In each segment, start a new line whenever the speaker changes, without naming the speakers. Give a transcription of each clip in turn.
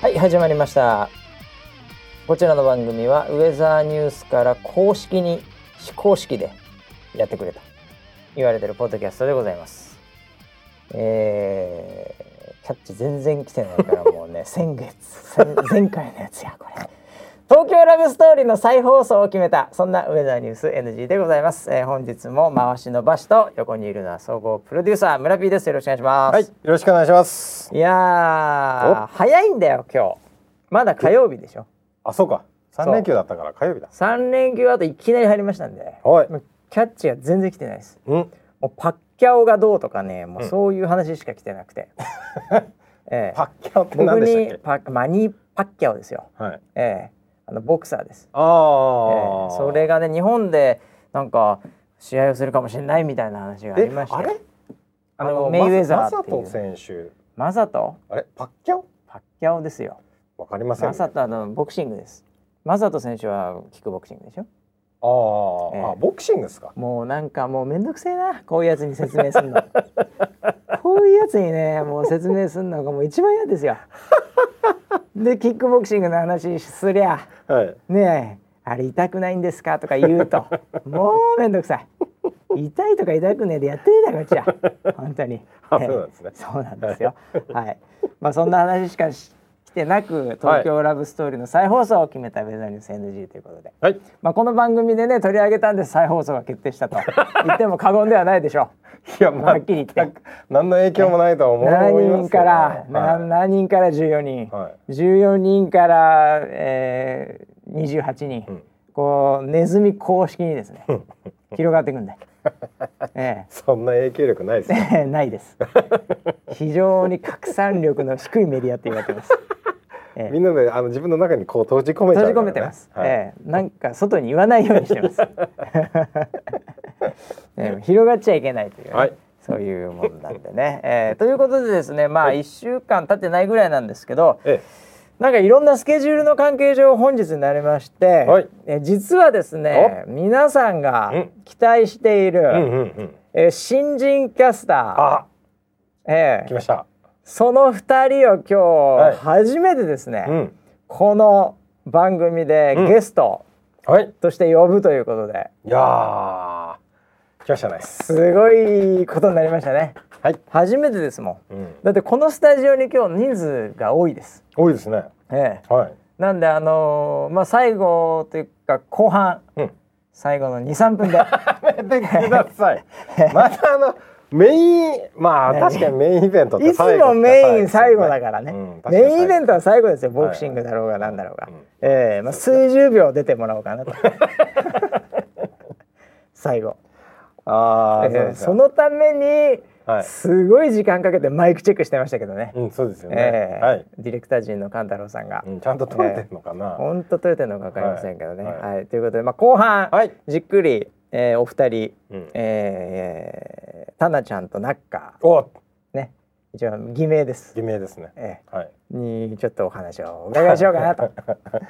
はい始まりましたこちらの番組はウェザーニュースから公式に非公式でやってくれと言われてるポッドキャストでございますえー、キャッチ全然来てないから もうね先月先前回のやつやこれ東京ラブストーリーの再放送を決めたそんなウェザーニュース NG でございます、えー本日も回しのバシと横にいるのは総合プロデューサー村 P ですよろしくお願いします
はい、よろしくお願いします。
いやー早いんだよ今日まだ火曜日でしょ
あ、そうか。三連休だったから火曜日だ。
3連休あといきなり入りましたんで
はい。
もうキャッチが全然来てないです
うん。
もうパッキャオがどうとかねもうそういう話しか来てなく て、ええ
パッキャオって何
僕
でし
に
たっ
パマニー・パッキャオですよ
け？はい。
ええあのボクサーです、
あ
え
あ、
えそれがね日本でなんか試合をするかもしれないみたいな話がありまし
えあ
て
れ？
あのメイウェザー
マ
っ
サ
ていう
ト選手。
マサト
あれ、パッキャオ？
パッキャオですよ
わかりません。
マサトあのボクシングですマサト選手はキックボクシングでしょ
あー、
ええ
あ、ボクシングですか。
もうなんかもうめんどくせえなこういうやつに説明す んのこういうやつにねもう説明すんのがもう一番嫌ですよでキックボクシングの話すりゃ
はい。
ねえあれ痛くないんですかとか言う ともうめんどくさい痛いとか痛くねえでやってるだろこっちは本当に
あそうなんですね
ええそうなんですよはいまあそんな話しかし来てなく東京ラブストーリーの再放送を決めたウェザーニュース NG ということで
はい。
まあ、この番組でね取り上げたんで再放送が決定したと 言っても過言ではないでしょ
いや、
う。
まあ
はっきり言って。
何の影響もないとは思いますけど
何
ね。
人から、な
はい
何人から14人、
は
14人から、えー、28人、
ん
こうネズミ公式に ですね広がっていくんで、え
そんな影響力ないですね。
えないです 非常に拡散力の低いメディアって言われてますええ
みんなであの自分の中にこう閉じ込めちゃ
閉
うか
じ
ら
込
ね、
めてます、
はい
ええなんか外に言わないようにして ます、ええ広がっちゃいけないというね、
はい
そういうもんなんでね、ええということでですねまあ1週間経ってないぐらいなんですけど
え
なんかいろんなスケジュールの関係上本日になりまして、
はい
ええ実はですね皆さんが
うん
期待している、
え。うんうんうん。
ええ新人キャスター、
あ、
え
来
え
ました。
その2人を今
はい
日初めてですね、
うん。
この番組で
うん
ゲスト、
はい。
として呼ぶということで
いやー、来ましたね。
すごいことになりましたね
はい。
初めてですもん
うん。
だってこのスタジオに今日人数が多いです
多いですね。
ええ
はい。
なんであのーまあ最後というか後半
うん。
最後の23分 で
やめてください。 またあのメイン、まあ
ね
確かにメインイベントって
いつ
最後
もメイン最後だ
か
からね、
うん確かに
メインイベントは
最
最
後
後ですよボクシングだろうがなんだろうが、
うん
ええまあ、数十秒出てもらおうか なと最後
ら。ああ、
ええ
そうです
そ
よ。
のため
は
に
い
すごい時間かけてマイクチェックしてましたけどね、
うん、そうですよね。
ええ
はい。
ディレクター陣の勘太郎さんが、
うん、ちゃんと撮れてるのかな。
本当取れてるのか分かりませんけどね。は
はいい
ということで、まあ、後半、
はい
じっくり、えーお二人、
うん
えータナちゃんとナッカ
お、
ーね一応偽名です、
偽名ですね。
え
はい。
ーにちょっとお話をお伺いしようかな と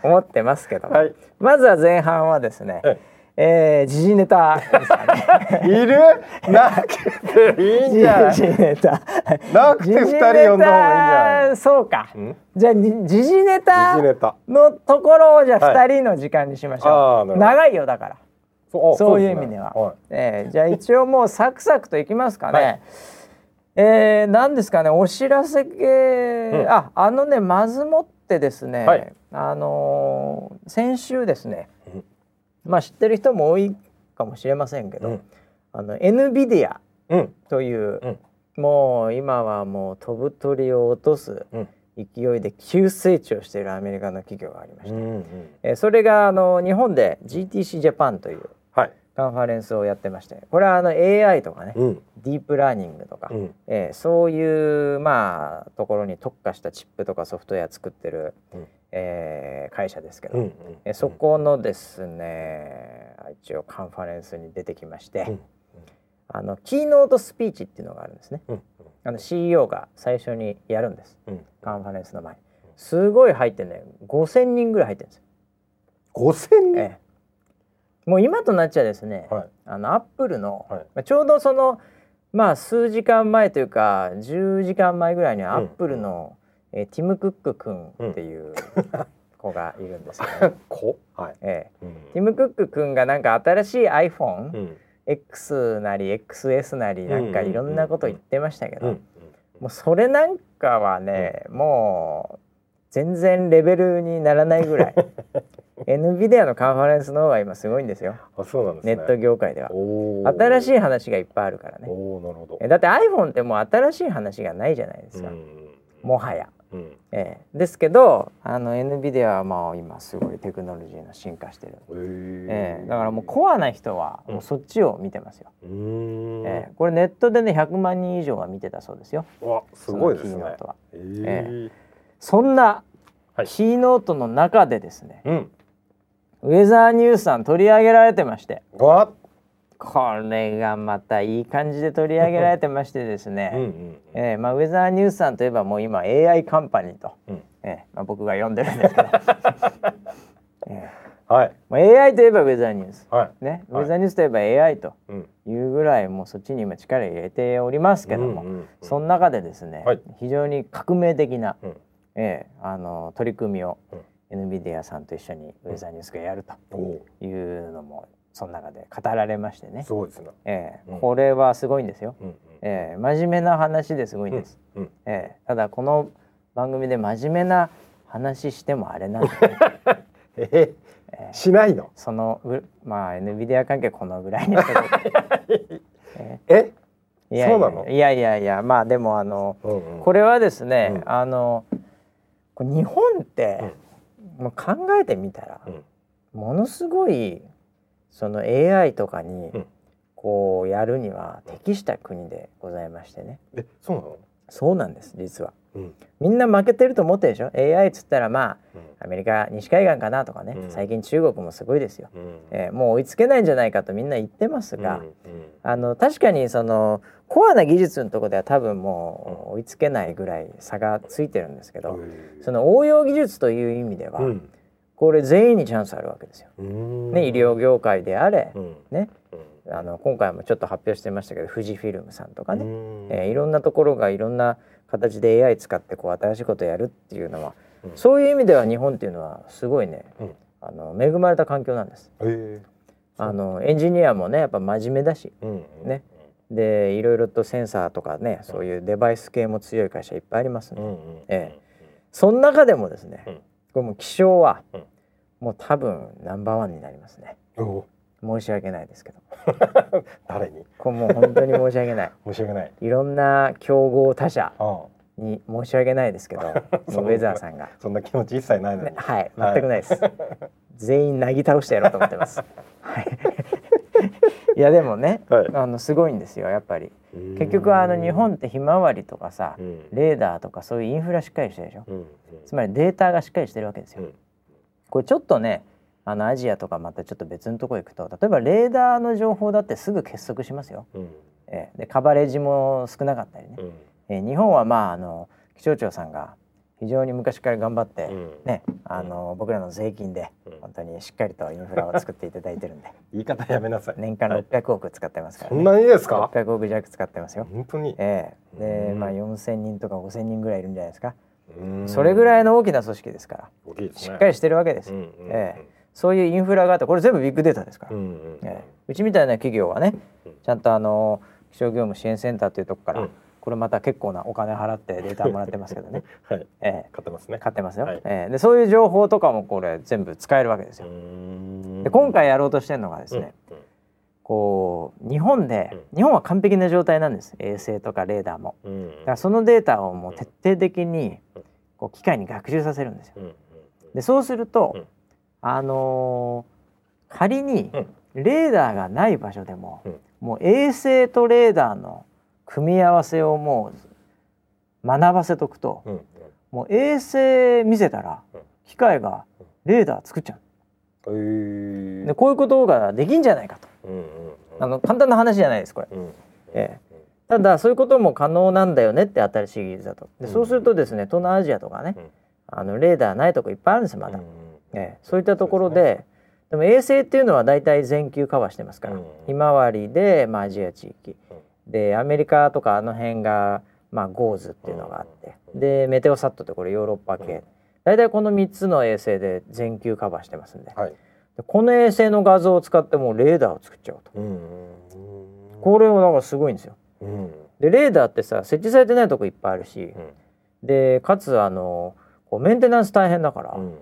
思ってますけども、
はい
まずは前半はですね、
え
えー時事ネタですかね。
い る？なくて いいん
時
じゃない
事。ネタ。
なくて 二人呼んだ方がいいんじゃ
時事ネ
ない
タそうか。
うん？
じゃあに時事ネタ。
時事ネタ。
のところをじゃあ
は
2人の時間にしましょう、
あーなるほど
長いよだから
そ
そういう
す
意
ね
味では、
はい。
えーじゃあ一応もうサクサクといきますかね、
はい
えー何ですかねお知らせ系、
ん
ああのねまずもってですね、
はい
あのー先週ですね、
うん
まあ知ってる人も多いかもしれませんけど、
うん
あの NVIDIA
うん
という、
うん
もう今はもう飛ぶ鳥を落とす
うん
勢いで急成長しているアメリカの企業がありまし
う
た、
んうん。
えーそれがあの日本で GTC ジャパンという
はい。
カンファレンスをやってましてこれはあの AI とかね、
うん
ディープラーニングとか、
うん
えーそういうまあところに特化したチップとかソフトウェア作ってる、
うん
えー会社ですけど、
うんうん。
えーそこのですね一応カンファレンスに出てきまして、
うん
あのキーノートスピーチっていうのがあるんですね。
うん
あの CEO が最初にやるんです
うん。
カンファレンスの前にすごい入ってね5,000人ぐらい入ってるんですよ
五千人。
ええ、もう今となっちゃですね、
はい
あのアップルの、
はい
まあちょうどそのまあ数時間前というか10時間前ぐらいにアップルの、えーティム・クック君って いう子がいるんですよね。
こはい。
え
う
ーティム・クック君がなんか新しい iPhone、
ん。
X なり XS なりなんかいろんなこと言ってましたけど、
うん。
もうそれなんかはね、もう全然レベルにならないぐ らい NVIDIA のカンファレンスの方が今すごいんですよ
あ、そうなんです
ネ
ね。
ット業界では
おー
新しい話がいっぱいあるからね
おお、なるほど。
えだって iPhone ってもう新しい話がないじゃないです
う
か、
ん。
もはや、
うん。
ええですけどあの NVIDIA はもう今すごいテクノロジーの進化してる、
え
え
ー
えだからもうコアな人は
うん
もうそっちを見てますよ、
うーん。
ええこれネットでね100万人以上が見てたそうですよ
うわ、すごいです
そのキーノ
ね
ー。トは
え
え
ー
そんな
はい
キーノートの中でですね、
うん。
ウェザーニュースさん取り上げられてまして
わ。
これがまたいい感じで取り上げられてましてですね、
うんうん。
えーまあ、ウェザーニュースさんといえばもう今 AI カンパニーと、
うん
えーまあ、僕が読んでるんですけど、 え
はい。
ーまあ、AI といえばウェザーニュース、
はい。
ね
はい
ウェザーニュースといえば AI と
うん。
いうぐらいもうそっちに今力入れておりますけども、
うんうんうん
その中でですね、
はい
非常に革命的な、
うん
えーあの取り組みを NVIDIA さんと一緒にウェザーニュースがやる
おお
というのもその中で語られまして
ー、
ね、
すごいですね。
えー
うん
これはすごいんですよ、
うんうん。
えー真面目な話ですごいんです。
うん。
ええ、ただこの番組で真面目な話してもあれ なんで
え ー、しないの。
そのうまあ NVIDIA 関係このぐらいにしとこうかえ
え。
え いやいや
そうなの
いやいやいやまあでもあの
うんうん。
これはですね、
うん
あのこれ日本って、もう考えてみたら、
うん
ものすごいその AI とかに
うん
こうやるには適した国でございましてね
え、そうなの。
そうなんです実は。
うん。
みんな負けてると思ってるでしょ AI っつったらまあ
う
ア
ん
メリカ西海岸かなとかね、
うん
最近中国もすごいですよ、
うん。
えーもう追いつけないんじゃないかとみんな言ってます
うん、
が、
うん
あの確かにそのコアな技術のとこでは多分もう追いつけないぐらい差がついてるんですけど、
うん
その応用技術という意味では、
うん
これ全員にチャンスあるわけですよ。
うん
ね、医療業界であれ
う、ん
ね、
うん
あの今回もちょっと発表してましたけど富士フィルムさんとかね、
うん
えーいろんなところがいろんな形で AI 使ってこう新しいことをやるっていうのは、
うん
そういう意味では日本っていうのはすごいね、
うん
あの恵まれた環境なんです。
えそう
あのエンジニアもねやっぱ真面目だし
ーうん
ねでいろいろとセンサーとかねそういうデバイス系も強い会社いっぱいあります
う
ね。
んうん
えその中でもですね、
うん
これもう気象は、
うん
もう多分ナンバーワンになりますね。
えお
申し訳ないですけど、
誰に
これもう本当に申し訳ない。
申し訳ない
いろんな競合他社
あ
に申し訳ないですけど、もう
そう
ウェザーさんが
あそんな気持ち一切ないのに、
ねはい、
はい
全くないです。全員なぎ倒してやろうと思ってます。はい。 いやでもね、
はい
あのすごいんですよやっぱり。結局あの日本ってひまわりとかさ、
うん
レーダーとかそういうインフラしっかりしてるでしょ。
うんうん
つまりデータがしっかりしてるわけです
う
よ。
ん
これちょっとね、あのアジアとかまたちょっと別のとこ行くと、例えばレーダーの情報だってすぐ結束しますよ。
うん
ええでカバレージも少なかったりね。
うん
ええ日本はまああの気象庁さんが非常に昔から頑張って。
うん
ね、あの、僕らの税金で
うん
本当にしっかりとインフラを作っていただいてるん で
言い方やめなさい
年間600億使ってますから、
そ
ね
んなにですか
600億弱使ってますよ。
本当に
ええで、
うん
まあ4,000人とか5,000人ぐらいいるんじゃないですか、
うん
それぐらいの大きな組織ですから
大きいですね
しっかりしてるわけです、
うんうんうん
ええそういうインフラがあってこれ全部ビッグデータですから、
うんうん
ええうちみたいな企業はね
うん
ちゃんとあの気象業務支援センターというとこから、
うん
これまた結構なお金払ってデータもらってますけど ね、
はい
ええ、
買ってますね
買ってますよ、
はい
ええでそういう情報とかもこれ全部使えるわけですよ、で今回やろうとしてるのがですね、こう日本で、日本は完璧な状態なんです衛星とかレーダーも
うんうん
だからそのデータをもう徹底的に
うん
こう機械に学習させるんですよ
うんうん
でそうすると、
うん
あのー仮に
うん
レーダーがない場所でも、
うん
もう衛星とレーダーの組み合わせをもう学ばせとくと、
うんうん
もう衛星見せたら
うん
機械がレーダー作っちゃ
えー
うでこういうことができんじゃないかと
うんうんうん
あの簡単な話じゃないですこれ。
うん
えただそういうことも可能なんだよねって新しい技術だとで
うん
そうするとですね東南アジアとかね、
うん
あのレーダーないとこいっぱいあるんですよまだ、
うんうん
ええそういったところでで,、も衛星っていうのは大体全球カバーしてますから、
うん
ひまわりで、まあ、アジア地域、でアメリカとかあの辺がまあ、ゴーズっていうのがあって、でメテオサットってこれヨーロッパ系、大体この3つの衛星で全球カバーしてますんで,、
はい。
でこの衛星の画像を使ってもうレーダーを作っちゃおうと
うん。うん。
これもだからすごいんですよ
うん。
でレーダーってさ設置されてないとこいっぱいあるし、
うん。
でかつあのこうメンテナンス大変だから、
うん。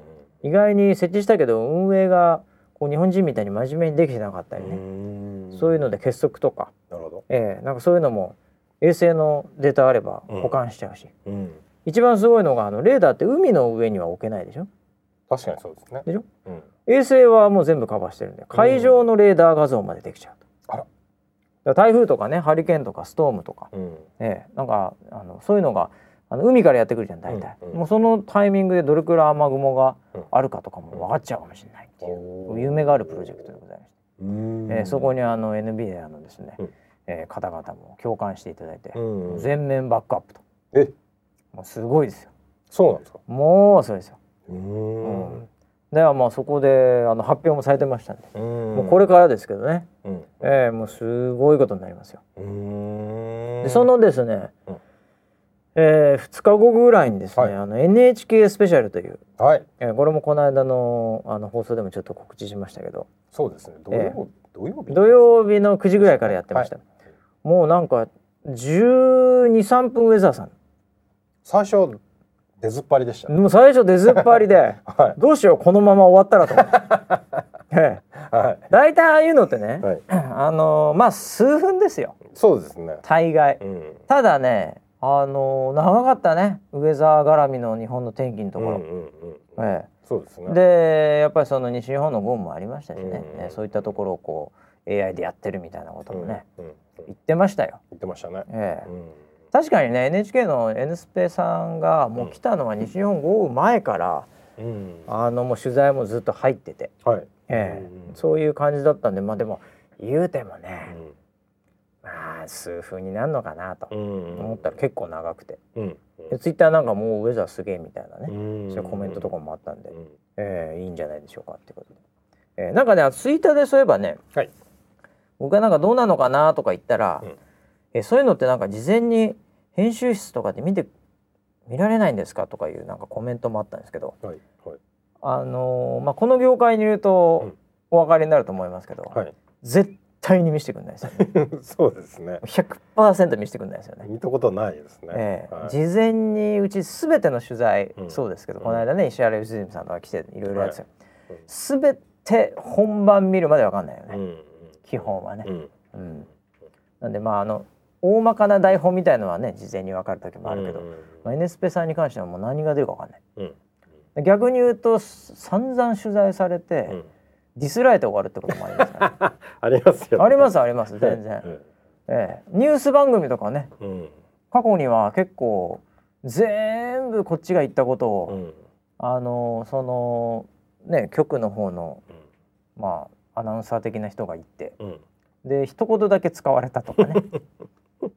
意外に設置したけど運営がこう日本人みたいに真面目にできてなかったりね、
ん
そういうので結束とか、
なるほど。
ええなんかそういうのも衛星のデータあれば
うん
保管しちゃうし、
うん。
一番すごいのがあのレーダーって海の上には置けないでしょ
確かにそうですね。
でしょ
うん。
衛星はもう全部カバーしてるんで海上のレーダー画像までできちゃうと、
あら
だから台風とかねハリケーンとかストームとか、
うん。
ええなんかあのそういうのがあの海からやってくるじゃん大体、
うんうん
もうそのタイミングでどれくらい雨雲があるかとかも分かっちゃうかもしれないっていう、
おー
夢があるプロジェクトでございまして、
うん
えーそこにあの NBA のですね、
うん
えー方々も共感していただいて、
うん。
全面バックアップと
え、
もうすごいですよ
そうなんですか。
もうそうですよ、
う
うん
ん。
ではまあそこであの発表もされてましたんで、
も
もうこれ
か
からですけどね、
ら。うん。
えーもうすごいことになりますよ、
うん
でそ、のですね、
うん
え2日後ぐらいにですね、
はい
あの NHK スペシャルという、
はい。
えーこれもこの間のあの放送でもちょっと告知しましたけど
そうですね。土曜、土曜日。
土曜日の9時ぐらいからやってました、
はい
もうなんか1 2 3分ウェザーさん
最初出ずっぱりでしたね。
もう最初出ずっぱり で
はい
どうしようこのまま終わったらと思 って、ええ
は
大体ああいうのってね
い、はい。
あのまあ数分ですよ
そうですね。
大概
うん。
ただねあの長かったねウェザー絡みの日本の天気のとこ
う
ろ
ん、うんうんうん。
え
そうですね。
え、でやっぱりその西日本の豪雨もありましたしね、
うん
ええそういったところをこう AI でやってるみたいなこと
うん、
もね、
うん、うん言
言ってましたよ、
ってましたね。
ええ
うん。
確かにね NHK の N スペさんがもう来たのは西日本豪雨前から、
うん。
あのもう取材もずっと入ってて、
はい。
ええ
うんうん
そういう感じだったんでまあでも言うても
う
ね、
ん
まあ数分になるのかなと
うん
思ったら結構長くて、
うん。
でツイッターなんかもうウェザーすげえみたいなね、
ん
そういうコメントとかもあったんで、
うん。
ええいいんじゃないでしょうかってことで、ええなんかねツイッターでそういえばね
はい。
僕がなんかどうなのかなとか言ったら、
うん
えそういうのってなんか事前に編集室とかで見て見られないんですかとかいうなんかコメントもあったんですけど、
はい。はい。
あのーまあ、この業界にいると
うん
お分かりになると思いますけど、
はい。
絶対に見せてくれないですよね
そうですね。
100%見せてくれないですよね。
見たことないですね。
ええ
はい
事前にうち全ての取材、
うん
そうですけど、
うん
この間ね石原良純さんとか来ていろいろやってた、
はいうん
全て本番見るまで分かんないよね、
うんうん。
基本はね。
うん。
うん、なんでまああの大まかな台本みたいのはね事前に分かる時もあるけど、
うん
まあ、N スペさんに関してはもう何が出るか分かんない
うん。
逆に言うとす散々取材されて、
うん。
ディスられて終わるってこともあります から、
ありますよ、
ありますあります全然、
うん。
ええ、ニュース番組とかね
うん。
過去には結構全部こっちが言ったこと
う
を、
ん。
あのそのね局の方のまあアナウンサー的な人が言って
うん。
で一言だけ使われたとかね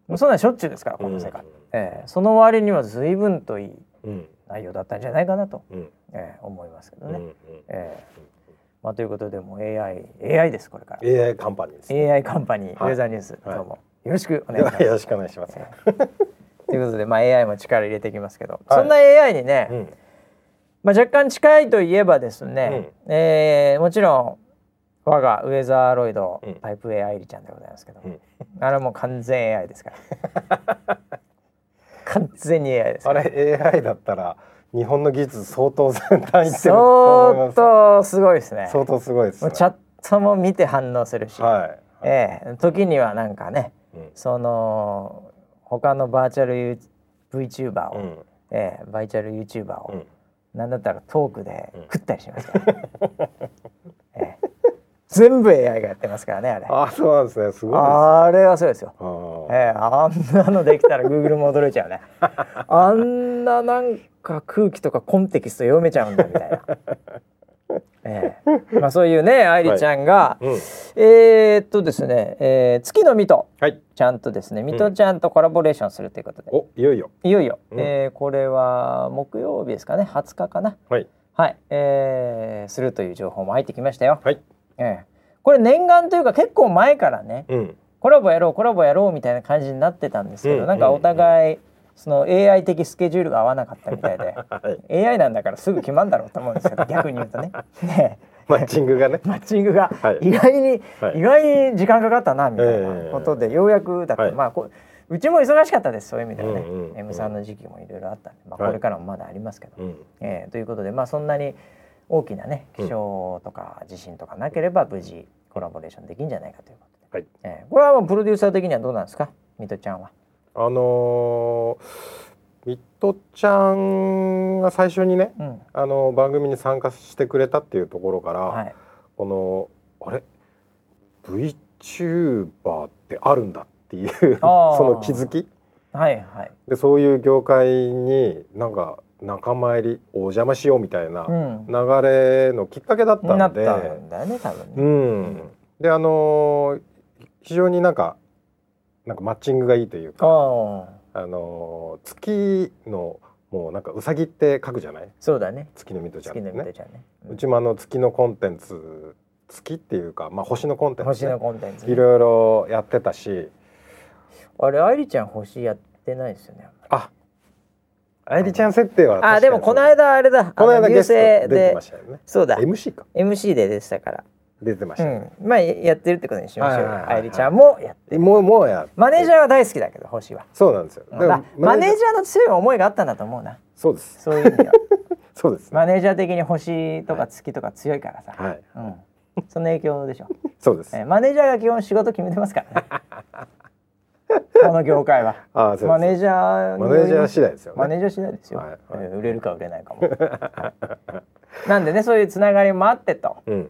もうそんなのしょっちゅうですからこの世界、
うん
ええ、その割には随分といい
うん。
内容だったんじゃないかなと、
うん。
ええ、思いますけど
う
ね、
ん。
ええまあ、ということでもう AI AI ですこれから
うん。AI カンパニーです、ね。
AI カンパニー、
はい
ウェザーニュース、
はい
どうもよろしくお願い
で
しま
は
す
よろしくお願いします。
ということで、まあ、AI も力入れていきますけど、
はい
そんな AI にね、
うん。
まあ、若干近いといえばですね、えーもちろん我がウェザーロイド、
うん
パイプ AI 愛理ちゃんでございますけど、
うん
あれはもう完全 AI ですから 完全に AI ですか
あ
ら
れ AI だったら日本の技術相当先端いってると思い
相
ますよ。
当すごいですね
相当すごいです、
も
ね
う。チャットも見て反応するし、
はい。
えー時にはなんかね
うん
その他のバーチャル U- VTuber を、
うん。
えーバーチャル YouTuber を、
うん。
なんだったらトークで食ったりしますから、 ええ全部 AI がやってますからねあれあ
あ、そうなんですね。すごいです。あ
れはそうですよ、え
ー
えあんなのできたら Google も驚いちゃうねあんななんか空気とかコンテキスト読めちゃうんだみたいな、ええまあ、そういうね愛理ちゃんが、
うん。
えーっとですね、えー月の水戸
はい。
ちゃんとですね水戸ちゃんとコラボレーションするということで、
お、いよいよ。
いよいよ、
うん
えーこれは木曜日ですかね20日かな
はい。
はい、えーするという情報も入ってきましたよ。
はい。
ええこれ念願というか結構前からね
うん。
コラボやろうコラボやろうみたいな感じになってたんですけど、
うん
なんかお互いその AI 的スケジュールが合わなかったみたいで、
は
AI なんだからすぐ決まんだろうと思うんですけ ど逆に言うとねね
マッチングがね。
マッチングが
はい
意外に、
はい
意外に時間かかったなみたいなことで、ようやくだって、
はい
まあこううちも忙しかったですそういう意味ではね、
うんうんうん
M さんの時期もいろいろあったんで、まあ、
はい
これからもまだありますけど、
うん。
えーということでまあそんなに大きなね気象とか地震とかなければ無事コラボレーションできんじゃないかということで、
はい。
えーこれはもうプロデューサー的にはどうなんですかミトちゃんは。
あのー、ミットちゃんが最初にね、
うん
あのー番組に参加してくれたっていうところから、
はい、
このあれ VTuber ってあるんだっていう そ
あー
の気づき
はいはい
でそういう業界になんか仲間入りお邪魔しようみたいな
うん
流れのきっかけだった
な
の
っ
で、
たんだよね多分
う
ね。
ん、であのー非常になんかなんかマッチングがいいという
あ
か、
あ
あのー月のもうなんかうさぎって書くじゃない
そうだね。
月のミトちゃ
好
んって
きなミト
ね。
ちゃんね。
うちもあの月のコンテンツ月っていうか、まあ、星のコンテンツ
星
ね、
のコンテンツね、
いろいろやってたし
あれ愛梨ちゃん星やってないですよね。
あ愛理ちゃん設定は確かに
あでもこの間あれだ。
この間
あ
ゲス
流星
ト出て
で
ましたよね
そうだ。
MC か
MC ででしたから。
出てました
う
よね、
ん。まあやってるってことにしましょうよ。
はいはいはいはい
愛梨ちゃんもやっ
もうもうや
マネージャ
ー
ーは大好きだけど星は。
そうなんですよ、でも
まマネージャーの強い思いがあったんだと思うな。
そうです
そういう意味では。
そうです
マネージャー的に星とか月とか強いからさ。
はい
うん。その影響でしょ。
そうです、
えーマネージャーが基本仕事決めてますからね。 この業界は。
ああそうです
マネージャーに
マネージャー次第ですよね
マネージャー次第ですよ、
はいはい
えー売れるか売れないかも なんでねそういうつながりもあってと、
うん
うん、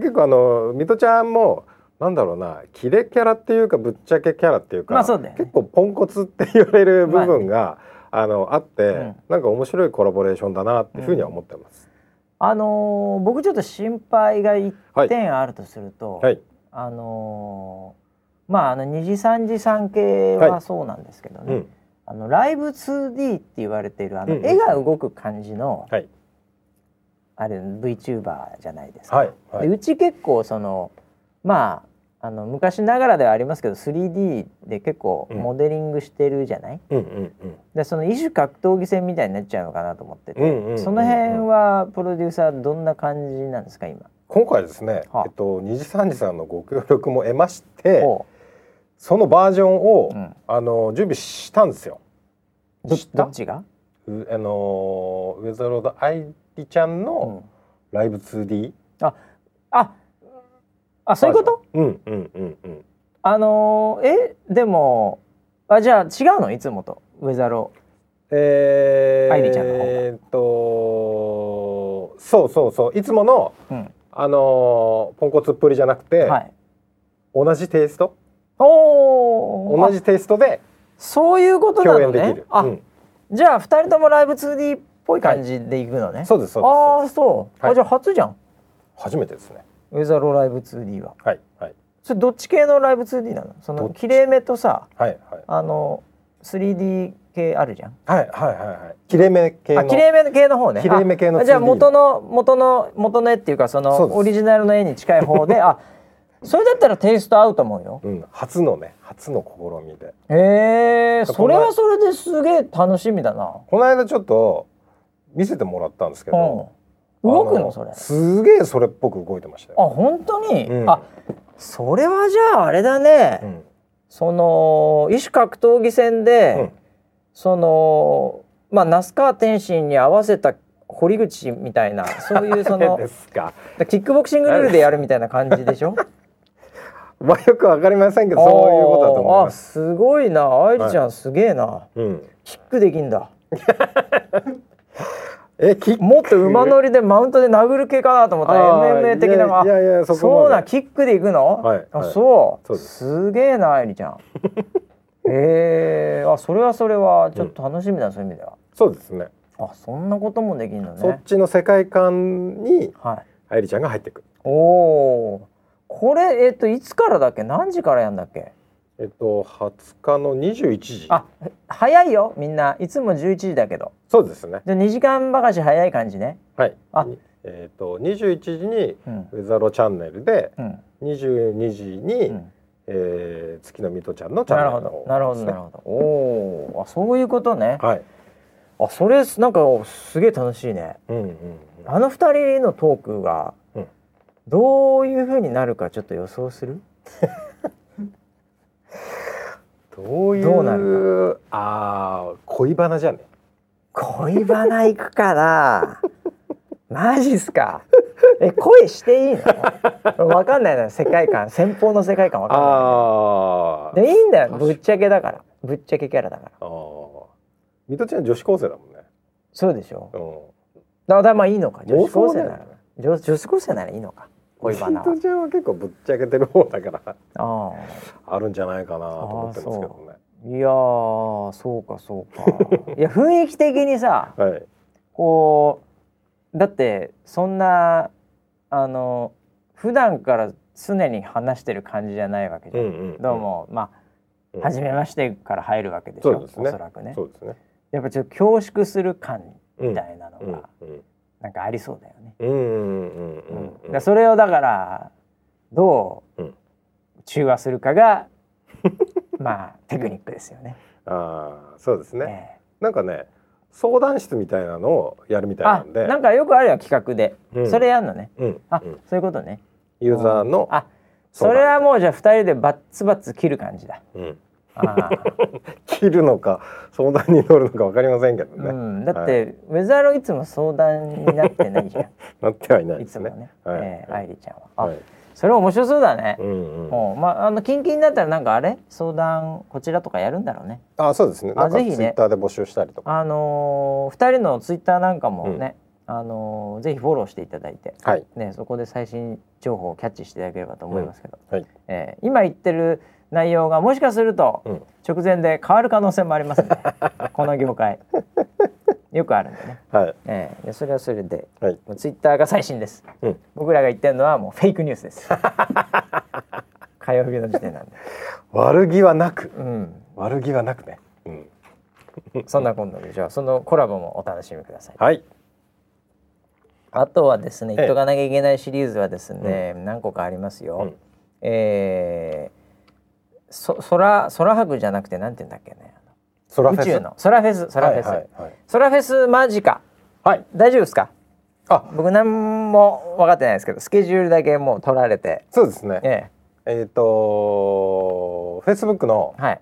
結構あのミトちゃんもなんだろうなキレキャラっていうかぶっちゃけキャラっていうか、
まあそうだよね
結構ポンコツって言われる部分が、あのあって、
ん
なんか面白いコラボレーションだなっていうふうには思ってます、
あのー僕ちょっと心配が一点あるとすると、
はい
あのーまああの二次三次産系
は
はいそうなんですけどね、
うん
あのライブ 2D って言われているあの
うんうん
絵が動く感じの、
はい
あれ VTuber じゃないですか、
はいは
で
いう
ち結構そのまああの昔ながらではありますけど 3D で結構
うん
モデリングしてるじゃない、
うんうんうん
でその異種格闘技戦みたいになっちゃうのかなと思ってて、
うんうんうん
その辺はプロデューサーどんな感じなんですか今、
今回ですね、
はあ
えっと二次三次さんのご協力も得まして
おう
そのバージョンを、
うん
あの準備したんですよ
ど
知った
どっちが、
うあのウェザーロード愛理ちゃん
う
の
ん
ライブ 2D
あああそういうこと
バージョンうんうんうんうん
あのーえでもあじゃあ違うのいつもとウェザロ
えー、
愛理ちゃんの方が
えーっとそうそうそういつもの
ー、うん
あのーポンコツっぷりじゃなくて、
はい
同じテイスト
おお
同じテイストで
そういうことな
共
の
演でき
ね
る、
あ、
うん
じゃあ二人ともライブ 2D っぽい感じで行くのね。
そうですそうです
ああそう。
は
あ
い
じゃあ初じゃん。
初めてですね
ウェザロライブ 2D は。
はいはい
それどっち系のライブ 2D なの？そ
ど
の
っち
綺麗めとさ、
はいはい
あの 3D 系あるじゃん。
はいはいはいはい切れ目系の
あ綺麗め系の方ね。
綺麗め系の
ああじゃあ
2D
元の元の元の絵っていうかそ
そう
の
です
オリジナルの絵に近い方 で、あ、それだったらテイスト合うと思うよ。
うん、初のね初の試みで
へえ、
この
それはそれですげえ楽しみだな。
この間ちょっと見せてもらったんですけ
うん
ど、。
動く
あ
のそれ。
すげえそれっぽく動いてましたよ、
あ本当に、
うん
あそれはじゃああれだね、
うん
その異種格闘技戦で、
うん
そのまあ那須川天心に合わせた堀口みたいなそういうそ の
ですか
キックボクシングルールでやるみたいな感じでしょ
まあよくわかりませんけどそういうことだと思います
あーあすごいな愛理ちゃんすげえな、
うん
キックできんだ
えキック
もっと馬乗りでマウントで殴る系かなと思ったら
あー
MMA 的なのが
いやいやいやそこまで
そうなんキックでいくの、
はい
あ
はい
そう
そうです
げえな愛理 ちゃんえー、あそれはそれはちょっと楽しみだ、そういう意味では
そうですね
あそんなこともできるの
そっ
ね
ちの世界観に
はい
愛理ちゃんが入ってくる
おおこれえっといつからだっけ何時からやんだっけ
えっと20日の21時
あへ早いよみんないつも11時だけど
そうですね
じゃあ2時間ばかし早い感じね
はい
あ
えっと21時に
うん
ウェザロチャンネルで
うん
22時に、
うん
えー、月の水戸ちゃんのチャン
な
ネ
る
ル
ほ
の
ど
方
なるほど
です
な
ね
るほどおおあそういうことね
はい。
あそれなんかすげえ楽しいね
うんうんうん。
あの二人のトークが
うん
どういう風になるかちょっと予想する
どういう
どうなる
ああ恋バナじゃね。
恋バナ行くか なマジっすかえ恋していいのわかんないな世界観先方の世界観わかんない
ああ。
でいいんだよ
確か
ぶ
に
っちゃけだからぶっちゃけキャラだから
ああ。水戸ちゃん女子高生だもんね。
そうでしょ
う
だからまあいいのか女子高生な
妄想だ
ら
よね
女女子高生ならいいのか
ん。
恋バナは
水戸ちゃんは結構ぶっちゃけてる方だから
あ
あるんじゃないかなと思ってるんですけどね。
あいやーそうかそうか いや雰囲気的にさ
はい。
こうだってそんなあの普段から常に話してる感じじゃないわけじ
う
ゃん、
んうん。
どうもまあ、
うん。
初めましてから入るわけでし
そ
ょ
うですね
おそらくね
そうですね。
やっぱちょっと恐縮する感
うん
みたいなのが、
うん
なんかありそうだよね、
うんうんうんう
うんん
う
だ
ん。
からそれをだからどう
うん
中和するか が、まあテクニックですよね。
ああそうですね。
ええ
なんかね相談室みたいなのをやるみたいなんで
あなんかよくあるよ企画で、
うん
それやんのね
うん
あ、
うん
そういうことね
ユーザーの
あ
相
そ
談
れはもうじゃあ2人でバッツバッツ切る感じだ
うん
あー、
切るのか相談に乗るのかわかりませんけどね、
うん、だっ
は
て、ウェザーロいつも相談になってないじ ゃ
なってはいない
んい
で
つ
す
も
ね
ね、
はい
えー
はい
愛理ちゃんはあ、
はい
それ面白そうだね
う、んうん
もうまああのキンキンになったらなんかあれ相談こちらとかやるんだろうね
あそうですね
あ
なんかツ
ぜ
イ
ひね
ッターで募集したりとか
あのー、2人のツイッターなんかもね、あのーぜひフォローしていただいて
はい
ね、そこで最新情報をキャッチしていただければと思いますけど、
はい
えー今言ってる内容がもしかすると
うん
直前で変わる可能性もあります ねこの業界よくあるんでね、
はい
えーでそれはそれで
はい
もうツイッターが最新です
うん
僕らが言ってるのはもうフェイクニュースです 火曜日の時点なんで、
悪気はなく
うん、
悪気はなくねうん
そんな今度でじゃあそのコラボもお楽しみください
はい
あとはですね
ええ
言っとかなきゃいけないシリーズはですね、何個かありますよ、
うん
えー、そ空空博じゃなくてなんて言うんだっけね
ソラフェ
宇
ス
宙の空フェス空フェス、
はいはいはい
空フェス間近
はい
大丈夫ですか
あ
僕何も分かってないですけどスケジュールだけもう取られて
そうですね
え
えっ、とフェイスブックの
えはい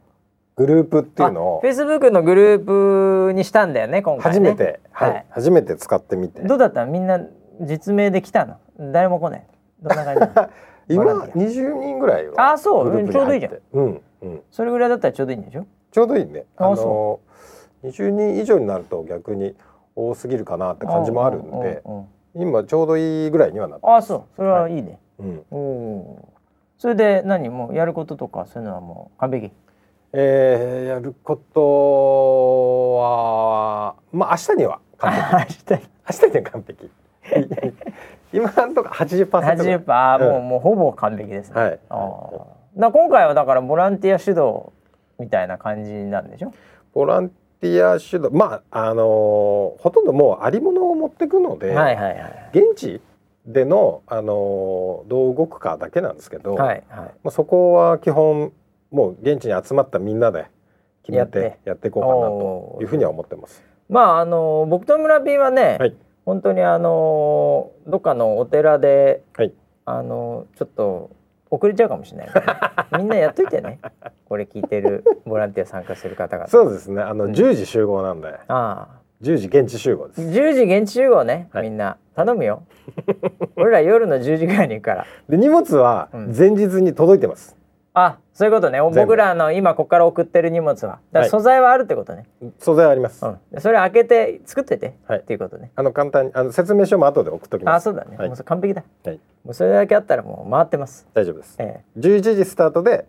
グループっていうのを
フェイスブックのグループにしたんだよね今回ね
初めて、はい
はい
初めて使ってみて
どうだったみんな実名で来たの誰も来ないどんな感じなのボラ
今
ンティ
二十人ぐら いは
あそう
グループに
ちょうどいいじゃん
入ってうんうん
それぐらいだったらちょうどいいんでしょ
ちょうどいいね
あ
あの二十人以上になると逆に多すぎるかなって感じもあるんで
うんうんうん
今ちょうどいいぐらいにはなって
あそうそれはいいね、
うん
おおーそれで何もうやることとかそういうのはもう完璧
えー、やることはまあ明日には完璧
あ明 日
明日には 完璧今のとこ八十パーセント
80%あーも
うん
うもうほぼ完璧ですね、
はい
あーだから今回はだからボランティア主導みたいな感じなんでしょ
ボランティア主導まああのーほとんどもうありものを持ってくので、
はいはいはい
現地での、あのーどう動くかだけなんですけど、
はいはい
まあ、そこは基本もう現地に集まったみんなで決
や
め
って
てやっていこうかなというふうには思ってます。
まああの僕と村 P はね、
はい
本当にあのどっかのお寺で、
はい
あのちょっと遅れちゃうかもしれないから ね、みんなやっといてねこれ聞いてるボランティア参加する方々
そうですね。あの、
うん
10時集合なんで、
ああ
10時現地集合です。
10時現地集合ね、
はい
みんな頼むよ 俺ら夜の10時ぐらいに行くから
で荷物は
うん
前日に届いてます。
あそういうことね
全部
僕らの今ここから送ってる荷物はだか
は
ら
い
素材はあるってことね、
素材あります。
うんで、それ開けて作ってて、
はい
っていうことね
あの簡単にあの説明書も後で送っときま
あ
す。
そうだね、
はい
もうそれ完璧だ
はい、
もうそれだけあったらもう回ってます
大丈夫です。
ええ
11時スタートで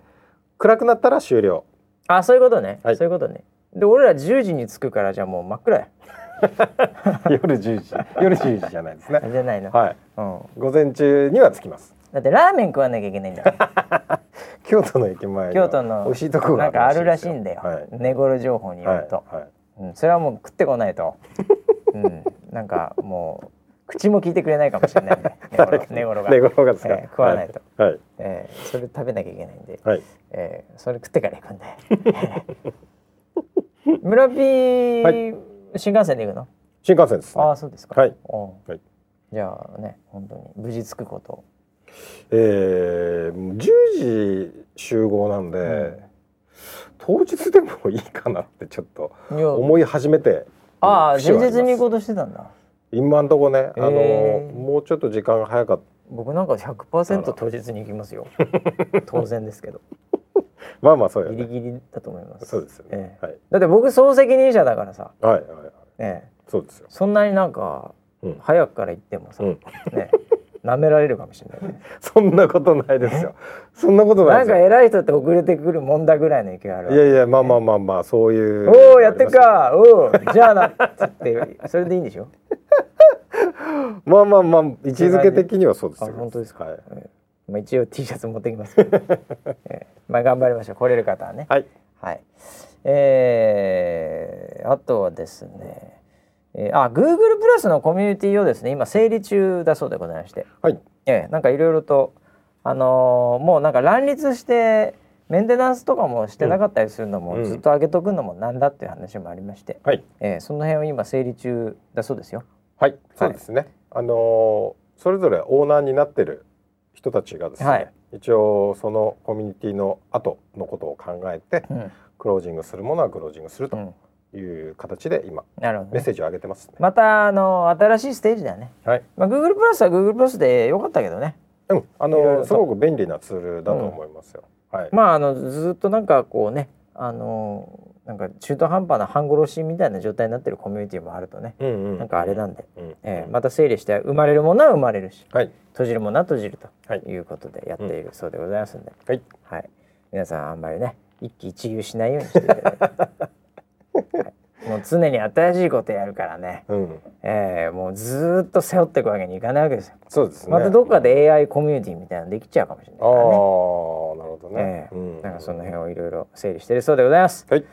暗くなったら 終了。
あそういうことね、
はい
そういうことねで俺ら10時に着くからじゃあもう真っ暗や
夜10時夜10時じゃないですね
あ。じゃないの、
はい。
うん、
午前中には着きます。
だってラーメン食わなきゃいけないんだから
京都の駅前には
京都の
美味しいとこが
なんかあるらしい
です
んだよ、
はい。
寝頃情報によると、
はいはい
うん、それはもう食ってこないと、うん、なんかもう口も聞いてくれないかもしれないん で寝頃寝頃が
寝頃がですか、
えー 食わないと、
はいはい
えーそれ食べなきゃいけないんで、
はい
えーそれ食ってから行くんで 村 P、新幹線で行くの
新幹線です、ね
ああそうですか
はい
おう
はい
じゃあね本当に無事着くこと
えー、もう10時集合なんで、
うん
当日でもいいかなってちょっと
いや
思い始めて
ああ前
節はあります
日に行こうとしてたんだ
今んとこね、あの
えー
もうちょっと時間が早かっ
僕なんか100%当日に行きます よ当然ですけど
たまあまあそうよ
ギリギ
ね
リだと思います
そうですよね、
ええ
はい
だって僕総責任者だからさ、
はいはいはい
ええ、
そうですよ
そんなになんか
うん
早くから行ってもさ、
うん
ね舐められるかもしれないね
そんなことないで すよ そんなことな
ないん
で
か
すよ
偉い人って遅れてくるもんだぐらいの勢いあるわ
いやいやまあまあまあまあそういう
おおやってっかおおじゃあなっつってそれでいいんでしょ、
まあまあまあ位置づけ的にはそうですよ
あ本当ですか
はい、
ええまあ、一応 T シャツ持ってきますけ ど、ええまあ頑張りましょう来れる方はね
はい、
はい。えーあとはですね、えーあ、Google プラスのコミュニティをですね、今整理中だそうでございまして、
はい、
えーなんかいろいろと、あのーもうなんか乱立して、メンテナンスとかもしてなかったりするのも、
うん
ずっと上げとくのもなんだっていう話もありまして、
はい
えーその辺を今整理中だそうですよ。
はい、そうですね。あのーそれぞれオーナーになってる人たちがですね、
はい
一応そのコミュニティの後のことを考えて、
うん。
クロージングするものはクロージングする
う
と
ん、
いう形で今
なるほど、
メッ
ね。
セージを上げてますね。
また、あのー新しいステージだね。
はい。
まあ、Google プラスは Google プラスでよかったけどね。
うん、あの
いろいろ
ー
と
すごく便利なツールだと思いますよ。はい。
まああのずっとなんかこうねあのなんか中途半端な半殺しみたいな状態になってるコミュニティもあるとね、
うんうん。
なんかあれなんで、
うん、
えーまた整理して生まれるものは生まれるし
はい。
閉じるものは閉じる
は
ということでやっているそうでございますんで、
はい。
はい、皆さんあんまりね一喜一憂しないようにしていただいて、 はいもう常に新しいことやるからね、
うん。
えーもうずーっと背負っていくわけにいかないわけですよ。
そうですね。
またどっか。で AI コミュニティみたいなのできちゃうかもしれない
あ
か
あ、な
ら
る
ね。
ほどね
え。えなんかその
ね。
辺をいろいろ整理してるそうでございます。
はい。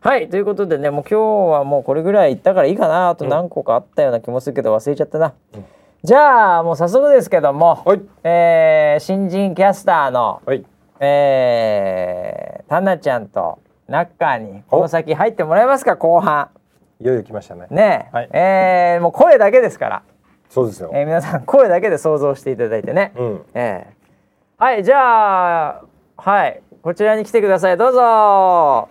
はいということでねもう今日はもうこれぐらいいったからいいかなあと何個かあったような気もするけど忘れちゃったな、
うん
じゃあもう早速ですけども、
はい
えー新人キャスターの、
はい。
えー、タナちゃんとナッカーに
お
この先入ってもらえますか後半
いよいよ来ましたね。
ねえ、
はい
えーもう声だけですから、
そうですよ。
えー皆さん声だけで想像していただいてね、
うん。
ええはいじゃあはいこちらに来てくださいどうぞ
あ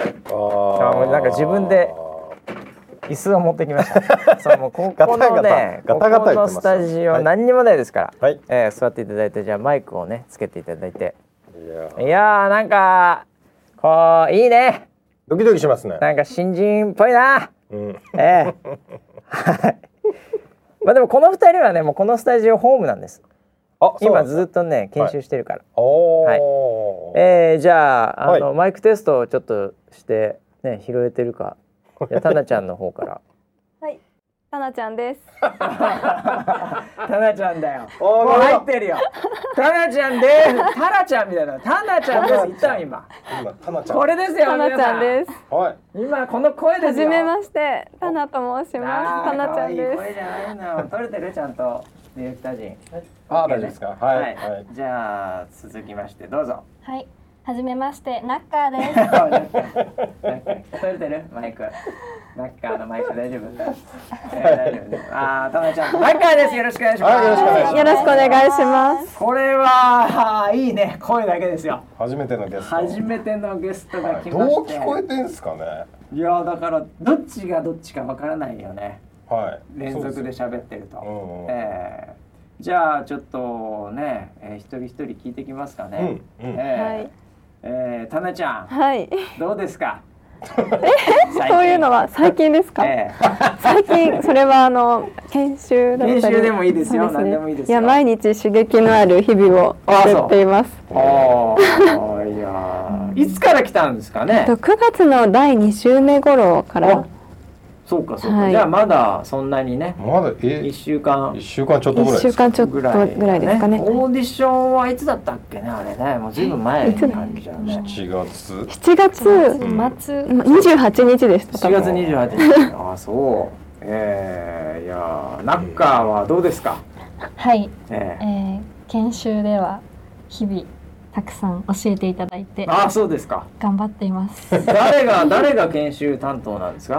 あ
もうなんか自分で椅子を持ってきま した。そうもうここのね、
ガタガ
ここ
タガタガタ言
の
ってますよ
スタジ
は
オ
い
何にもないですから。
はい
えー座っていただいてじゃあマイクをねつけていただいて。
いや
い
ー
やーなんかこういいね。
ドキドキしますね。
なんか新人っぽいな。
うん。
ええはい。まあでもこの二人はねもうこのスタジオホームなんです。
あ、
今ずっとね研修してるから。
お
はい
お。
えーじゃああの、
は
マイクテストをちょっとしてね拾えてるか。じゃあタナちゃんの方から。
はい、タナちゃんです。
タナちゃんだよ。
おー
もう
な
入
る
っ
ほど
てるよ。タナちゃんです。タナちゃんみたいな。タナちゃんです。言ったの 今。
今タナちゃん。
これですよ。
タナちゃ
皆
んで
さ
す。
は
ん。
い。
今この声で
は
す
じ
よ。
めまして、タナと申しま
あ
す。
ー
タナちゃんで
可愛い声じゃないの。取れてるちゃんとディレクター陣。
あー、
OK ね
大丈夫ですか。はい。はい。
じゃあ続きましてどうぞ。
はい、はじめまして、ナッカー
。
です。
なん か取れてるマイク。なんかあのマイク大丈夫。えー大丈夫です。ああタナちゃん。マイカーです。よろしくお願いします。
はいよろしくお願いします
よろしくお願いします。
これはあーいいね。声だけですよ。
初めてのゲスト。
初めてのゲストが
はい
来
ど
ま
う
して、
聞こえてんすかね。
いやだからどっちがどっちかわからないよね
はい。
連続で
し
喋ってると、
うんうん
えーじゃあちょっとね、えー一人一人聞いてきますかね、
うんうん
えー
はい
えータナちゃん
はい。
どうですか最近
そういうのは最近ですか。
え
最近、それはあの研修だったり。
研修でもいいですよ
そう
何でもいいです
い
よ
や、毎日刺激のある日々を
あそう
送っています。
ー、 おーいやーいつから来たんですかね
と9月の第2週目頃から
あそうかそうか、
はい
じゃあまだそんなにね
まだえ
1週間
一週間ちょっとぐらいで
1週
すか。
間ちょっとぐらいですかね。
オーディションはいつだったっけねあれねもうずいぶん前になるじゃんね
一月。
7月
ん
末
28日でした。
7月28日ああそうえー、いやーナッカーはどうですか、
はい、
え
えー、研修では日々たくさん教えていただいて
ー、ああそうですか
頑張っています。
誰が誰が研修担当なんです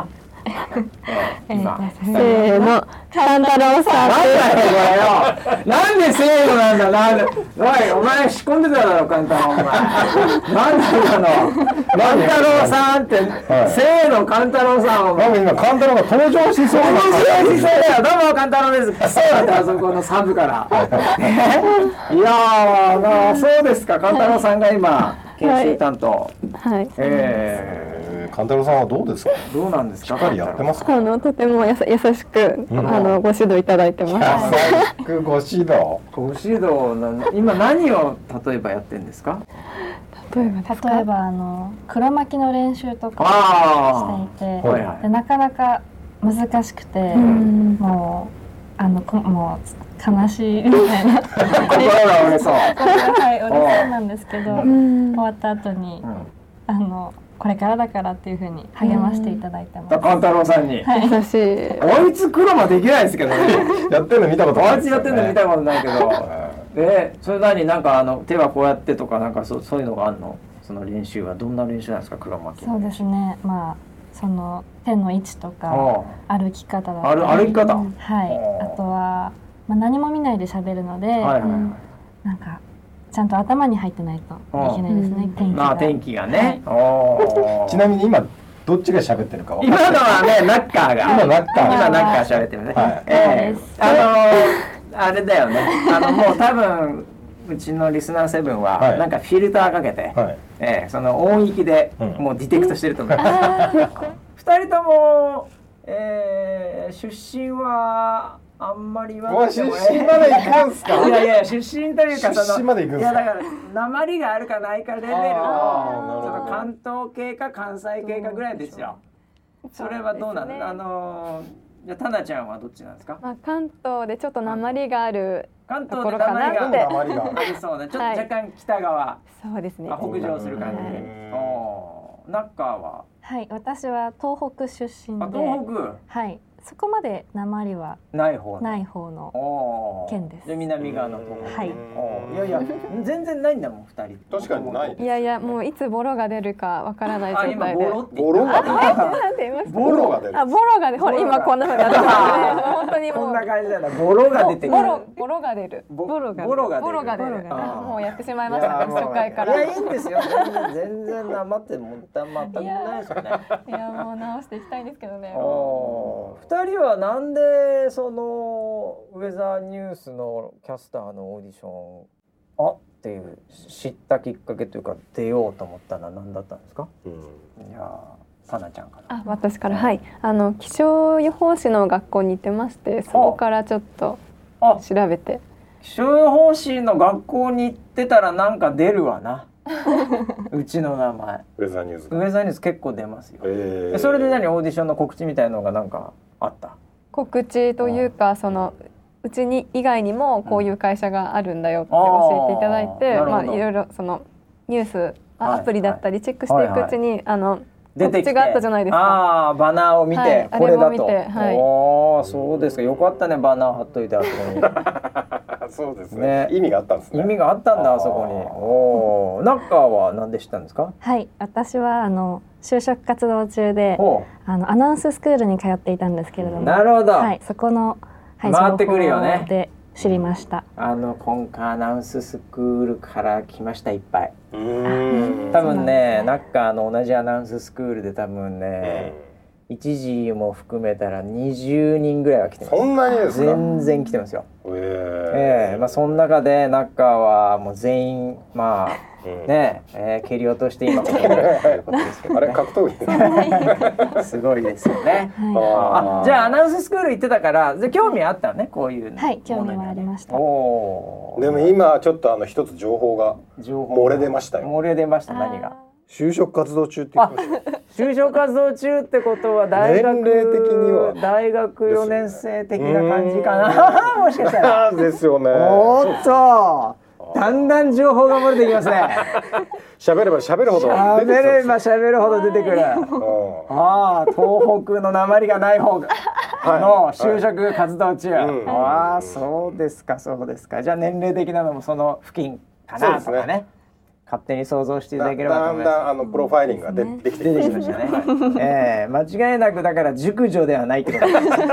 か、えー、今
えー
せーの、勘太郎さん
なん
で
だよこれよなんでせーのなんだなんでおいお前仕込んでただろ簡単お前なんだ今の勘太郎さんって、
い
せーの勘太郎さんお前
なんか今カンタロが登場しそうな
面白い姿勢だよ。どうも、カンタロウです。クソだって、あそこのサブから。えいやー、まあ、そうですか。カンタロウさんが今、研修担当。
す。はい。
え
えーカンタロさんはどうですかし
ー、どうなんですか。。
っかりやってますすか
あのとてもやさ優しく、
ん
あのご指導いただいてます。
優しくご指導
ご指導な、今何を例えばやってんですか。
例えばですか
例えばあの黒巻きの練習とかしてい
あ
て、
あ。はいは
でなかなか難しくて、
うん
もうあのこもう悲しいみたいな
い。心が折れそう。
はい折れそうなんですけど、
う
終
ん
わった後に、
うん。
あのこれからだからっていう風に励ましていただいてます。
だ、カンタロウさんに。
優しい。
こいつ黒まできないですけど ね。
やってるの見たこと
こ
ない
いつやってんの見たことないけど。えーそれなになんかあの手はこうやってとかなんかそうそういうのがあるのその練習はどんな練習なんですか黒巻き
そうですね。まあその手の位置とか
あ
歩き方だ
あ
ったり、
歩歩き方、
うん
はい。
あー
あとはまあ何も見ないで喋るので、
はいはいはい、
うん
なんかちゃんと頭に入ってないといけないです
う
ね
ん。
天気が。
まあ天気がね、おー
ちなみに今どっちが喋ってるかわかん
今
ない
のはねナッカーが
今ナッカー
今ナッカー喋ってるね、
はい
え
そうで
ー、あのー、あれだよねあのもう多分うちのリスナーセブンは、
はい
なんかフィルターかけて、
はい
えーその音域で、
うん
もうディテクトしてると思います
あー
二人とも、えー、出身はあんまり言わ
お
ないくて
出
も
身まで行くんすか
いやいや出身というかその
出身まで行くんすか
いやだから鉛があるかないかレベルのち
あーなるほど
ょっと関東系か関西系かぐらいですよ。それはどうなの、あのじゃあタナちゃんはどっちなんですか。
まあ関東でちょっと鉛がある
関
と
東
こ
で
ろかな
鉛
っ
が
て
あ。まりが
ありそうね。ちょっと
はい
若干北側、
そうですね
あ。北上する感じ
は
で
い。
おーナッカーは
はい。私は東北出身
あ
で、
東北
はい。そこまで鉛は
ない方
ない方の。
おー
県です
で南側の方
はい
おーいやいや全然ないんだもん二人
確かにない
いやいやもういつボロが出るかわからない状
あ
態で。
今ボロって
ボロが出る
なんて言いました。
ボロが出る
あボロがねほら
ボロが
今こんな風になってますね。本当にもう
こんな感じだなボロが出てくる
ボロボロが出る。
ボ
ボロが出る
ボロが出る
ボロが出る。
あー
もうやってしまいましたね
いや
初回か
い
ら。
やいいんですよ全然全然なまってもったまったくないですよね
いやもう直していきたいんですけど ね。
おー二人はなんでそのウェザーニュースのキャスターのオーディションあっていう知ったきっかけというか出ようと思ったのは何だったんですかいやータナちゃんか
あ私からはいあの気象予報士の学校に行ってましてそこからちょっと
あ
調べて
気象予報士の学校に行ってたらなんか出るわ なうちの名前
ウェザーニューズ
ウェザーニュース結構出ますよ、
え
えそれで何オーディションの告知みたいのがなんかあった
告知というかそのうちに以外にもこういう会社があるんだよって
あー
教えていただいて
なる
ま
ほ
あ
ど
いろいろそのニュースあ
はい
アプリだったりチェックしていくうちにあの
出てきて
告知があったじゃないですか
ああバナーを見て、
はい
これだ
あれ
と
も見てはい
おーそうですかよかったねバナー貼っといてあそこ
あそうです
ね
ね意味があったんです
に
ね
意味があったんだ
あー
あそこにおおナッカーは何で知ったんですか
はい。私はあの就職活動中で、
お
あのアナウンススクールに通っていたんですけれども、
なるほど、
はい。そこのはい
回ってくるよね
情報で知りました。
あの今回アナウンススクールから来ましたいっぱいう
ーん
多分ね
そう
ナ
な
ッカーの同じアナウンススクールで多分ね、1時も含めたら20人ぐらいは来てま
そんなにですすか
全然来てますよええ
え
まあその中でナッカーはもう全員まあ
うん
ねえー蹴り落として今ここにいるということですけど
あれ
ね
格闘技
すごいですよね。
は
あじゃあアナウンススクール行ってたからじゃあ興味あったのねこういうの
はい興味はありました
おお
でも今ちょっとあの一つ情報が
情報
漏れ出ましたよ
漏れ出ました
い。
何が
就職活動中って言ってましたよ
就職活動中ってことは大学
年齢的には
大学4年生的な感じか
です
な もしかしたら
ですよね
おーっとだんだん情報が漏れてき ますね
喋れば喋るほど
喋
出てきそう
れ
で す
ば喋るほど出てくる
うん
ああ東北の鉛がない方がの就職活動中、
はいうん
ああそうですかそうですかじゃあ年齢的なのもその付近かなと
そう
か
で
ね
すね
勝手に想像していた
だ
だ
ん
ければと
だ
思い
ん
ます。
あのプロファイリングがで
そう
できて
出てき
き
ま
ま
し
したた
ね
ね。
ええ間違いなくだから熟女ではないってことですね。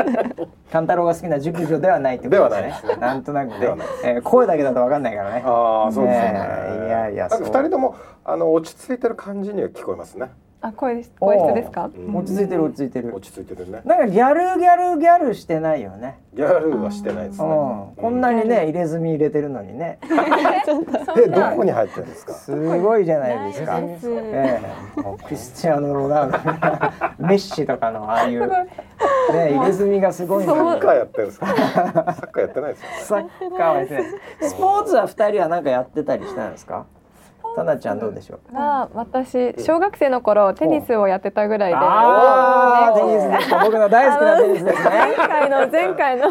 勘太郎が好きな熟女ではないってことですね。
ではないですね
なんとなくね
ではないです
ええ声だけだとわかんないからね。
ああそうですね。
ねえいやいや
なんか
そう
二人ともあの落ち着いてる感じには聞こえますね。
あ声です声質です
う
か？
ん
落ち着いてる落ち着いてる
落。ち着いてるね。
なんかギャルギャルギャルしてないよね。
ギャルはしてないです
う
ね。
ん、こんなにね入れ墨入れてるのにね。
えどこに入ってるんですか。
すごいじゃないですか。
ないです
ええもうクリスチアーノロナウド とかメッシとかのああ いうね入れ墨がすごい
サ
の
ッ
に
カーやってるんで すか。サッカーやってないですよね。
サッカーはですね。スポーツは二人はなんかやってたりしたんですか。タナちゃんどうでしょう。
が私小学生の頃テニスをやってたぐらいで。
ああ、
ね
テニスですか。僕の大好きなテニスですね
前。回の前回の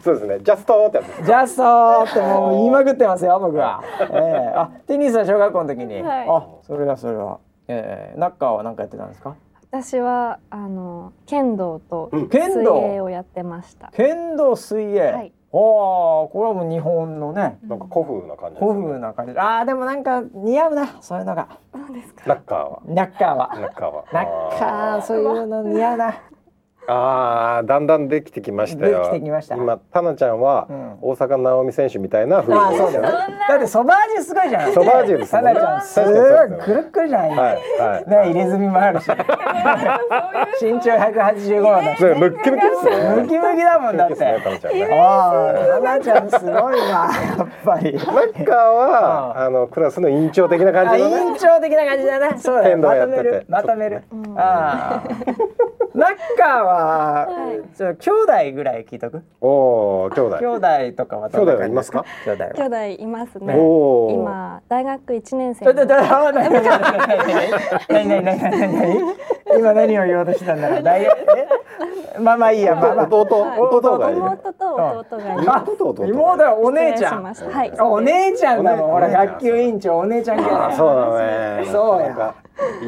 そうですね。ジャストってやつですね。
ジャストーってもう言いまくってますよ僕は。ええあ、テニスは小学校の時に。
はい
あ、それはそれは。ええナッカーは何かやってたんですか。
私はあの剣道と
うん
剣
水泳
道。
をやってました。
剣道水泳。
は
はいこれはもう日本のね。
なんか古風な感じです
古
よね。
風な感じ。ああ、でもなんか似合うな。そういうのが。
ラッカーは。
ナッカーは。
ラッカーは。
ナッカー、そういうの似合うな。
あーだんだんできてきましたよ。
できてきました
今タナちゃんは
うん
大阪直美選手みたいな風
ああそ
貌で
うだ
すよ
よ
ね。は
ね。だってソバージュすごいじゃない。
ソバージュです
サ
ね
ナちゃんすごいくるっくるじゃない。
いはい。
ね入れ墨もあるし。身長185だし。
それムッキムキですね。
ムキムキだもんだっ
ムキムキで
て。
すねタナちゃんね。
ああ、サナちゃんすごいなやっぱり。
ラッカーはあのクラスの委員長的な
あ、
感じ
委
のね。
員長的な感じだね。そうだね。
剣道
ま
や
と
っ
め
て
る
て、
まとめる。ああ。ナッカーは、ちょっと兄弟ぐらい聞いとく。
おお兄弟。
兄弟とかはどんな感じですか。兄弟は。
兄弟いますね。
おお。
今大学一年生
ちょっと
の
ちょっとあ何何何何何何何何今何を言おうとしてたんだろう。大学えまあまあいいや。まあまあ。
弟弟がいる。
妹と弟がいます。
あ
妹と弟。
妹はお姉ちゃ
失礼し
ん
ま。したはい。
あお姉ちゃんだもん。
お
ほ
姉
ら
ちゃん
学級委員長お姉ちゃん系
あ
だ
ー
よ。
そうだね。
そうや
なかなか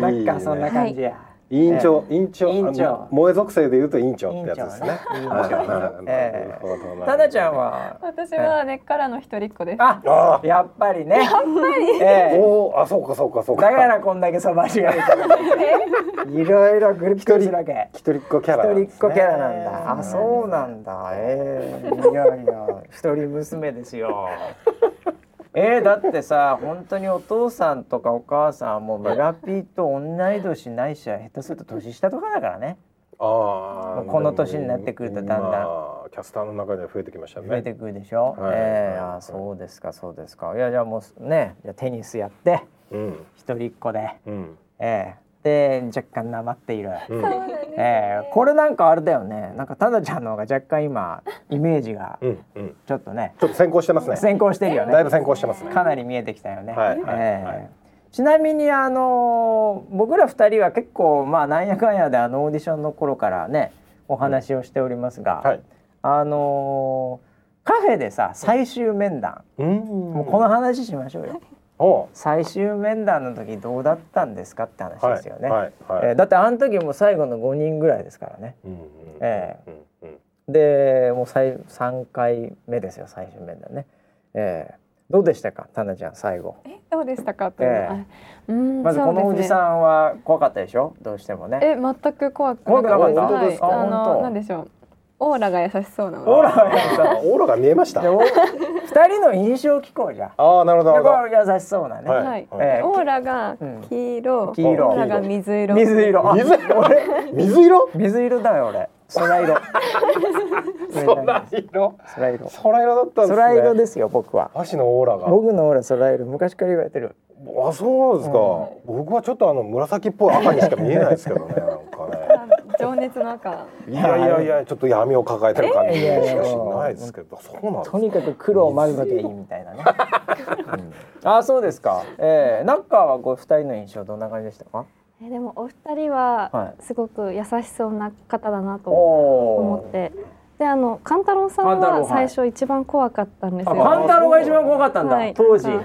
ない
い
ん
ね
かそんな感じや。
委員長、委員長、
委員長
あの萌え属性で言うと委員長ってやつですね。
委員長ね委
はい
員長
はい
ええ
なるほど
タナちゃん。は。
私は根っからの一人っ子です。
あ、
あ
やっぱりね。やっぱり。
あ、
ええ
おお、あ、そうかそうかそうか。
だからこんだけそばしがいる。いろいろグルキとするわけ。
一人っ子キャラ
一
なん
人
で
っ
すね。
子キャラなんだ。あ、そうなんだ。ええいやいや、一人娘ですよ。えー、だってさ本当にお父さんとかお母さんはもうメラピーと同い年ないしは下手すると年下とかだからね
ああ、
この年になってくるとだんだん
ん。キャスターの中では増えてきましたね。
増えてくるでしょ、
はい
ええ
はい
あそうですかそうですかいやじゃあもうねじゃあテニスやって
うん、
一人っ子で、
うん、
ええで若干なまっている、
うん。
ええこれなんかあれだよねなんかただちゃんの方が若干今イメージが
うん、うん。
ちょっとね
ちょっと先行してますね。
先行してるよね
だいぶ先行してますね。
かなり見えてきたよね。
はいはい
え
は
え
い
ちなみにあの僕ら二人は結構まあなんやかんやであのオーディションの頃からねお話をしておりますが、
はい。
あのカフェでさ最終面談、
うん。
もうこの話しましょうよ。
お
最終面談の時どうだったんですかって話
う。はい。
ですよね。
はい。はい
えーだってあの時もう最後の5人ぐらいですからね。
うんうん
え
うんうん
でもう最3回目ですよ最終面談ね。えーどうでしたかタナちゃん最後。
えどうでしたかと。
ええ
あうん
まずこのおじさ
ん。
んは怖かったでしょどうしてもね。
え全く怖く
怖くなかった
はい
本当ですか
あ
本当
のなんでしょう。オーラが優しそうなので。
オーラが優し
あーオーラが見えました。
でお二人の印象を聞こうじゃん。
ああ、なるほど、な
で
るほ
こ
ど。
れ優しそうなね。
はい
はい。
ええ
オーラが黄色。
黄色
オーラが水色。
水色。あ
水色。水色。
水色だよ俺。空 色。空色。
空色。空色だったんですね。
空色ですよ僕は。
足のオーラが。
僕のオーラ空色昔から言われてる。
あ、そうですか。僕はちょっとあの紫っぽい赤にしか見えないですけど ね。なんかね。
情熱の赤。
いやいやいや、ちょっと闇を抱えてる感じ
いやいや
しかしないですけど。そうなんです
と
か。
にかく黒を丸だけいいみたいな ね。うんあそうですか。えー、ナッカーはこう二人の印象どんな感じでしたか。
えでもお二人
は
はすごく優しそうな方だなと
お
思っ。て。であのカンタロウさん
勘太郎は
は
い
最初一番怖かったんです
あ
よ。
パンタロが一番怖かったんだ、
はい
当時
そうなん。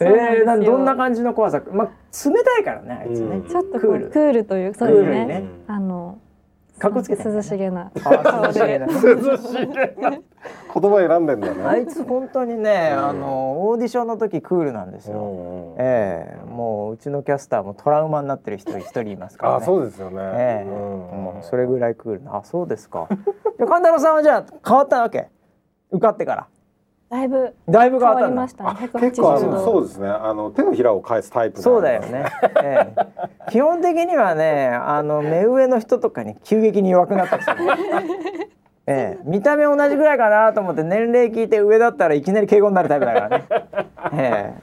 え
そうなんです
ー、なんど
よ
んな感じの怖さ。まあ冷たいからねあいつね。
うん
ちょっと
ク
こ
ー
う
ル
クールという
ク
そう
ー
です
ルに
ね。
ね。
あの
かっこつけて
涼しげな
あ涼しげな
涼しげな言葉選んでんだ
あ
ね。
いつ本当にね、あのオーディションの時クールなんです
う
よ。
んうん
ええもううちのキャスターもトラウマになってる人一人いますから、
あ
ね。
そうですよね。
ええ
うん
もうそれぐらいクールな。あ、そうですか。 で、神太郎さんはじゃあ変わったわけ。受かってから。
だいぶ
だいぶ
変
変わった
わり
んだ
ましたね
結構あ
180
の
度
そうですね。あの手のひらを返すタイプなんで
そうだよ。ね。 ええ、基本的にはね、あの目上の人とかに急激に弱くなったりす る。ええ、見た目同じぐらいかなと思って年齢聞いて上だったらいきなり敬語になるタイプだからね。 え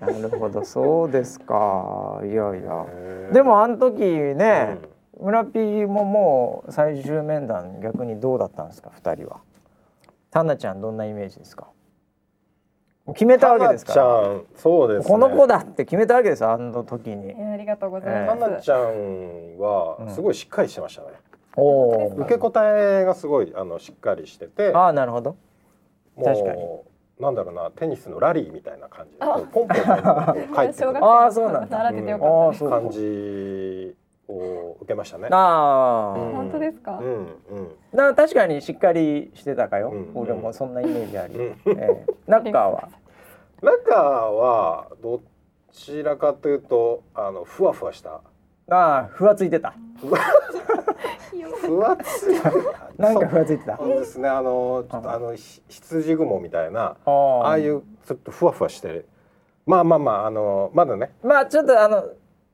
え、なるほど、そうですか。いやいや。でもあの時ね、村 P ももう最終面談逆にどうだったんですか、二人は。タナちゃんどんなイメージですか。決めたわけですか
タ
ら。
ナちゃんそうですね。
この子だって決めたわけですよあの時に
えーありがとうござい
タ
ま
ナ
す。
ちゃんはすごいしっかりしてましたね。
おお
受け答えがすごいあのしっかりしてて、
ああなるほど
もう
確かに
なんだろうなテニスのラリーみたいな感じで、こうポンポンポンポン書いてく
小
る
学生
あーそうなんだ
習っててよか
うんあ
っ
ーそうか
感じを受けましたね。
ああ、
た。
ー
本当ですか。
うんうん
な確かにしっかりしてたかよ、
うん
俺もそんなイメージあり、
うん。
ええ中は
中はどちらかというとあのふわふわした
ああふわついてた
ふわつ
なんか
そ
ふわついてた
うそうですねあのちょっとあのひ羊雲みたいな
あー
ああいうちょっとふわふわしてるまあまあまああのまだね
まあちょっとあの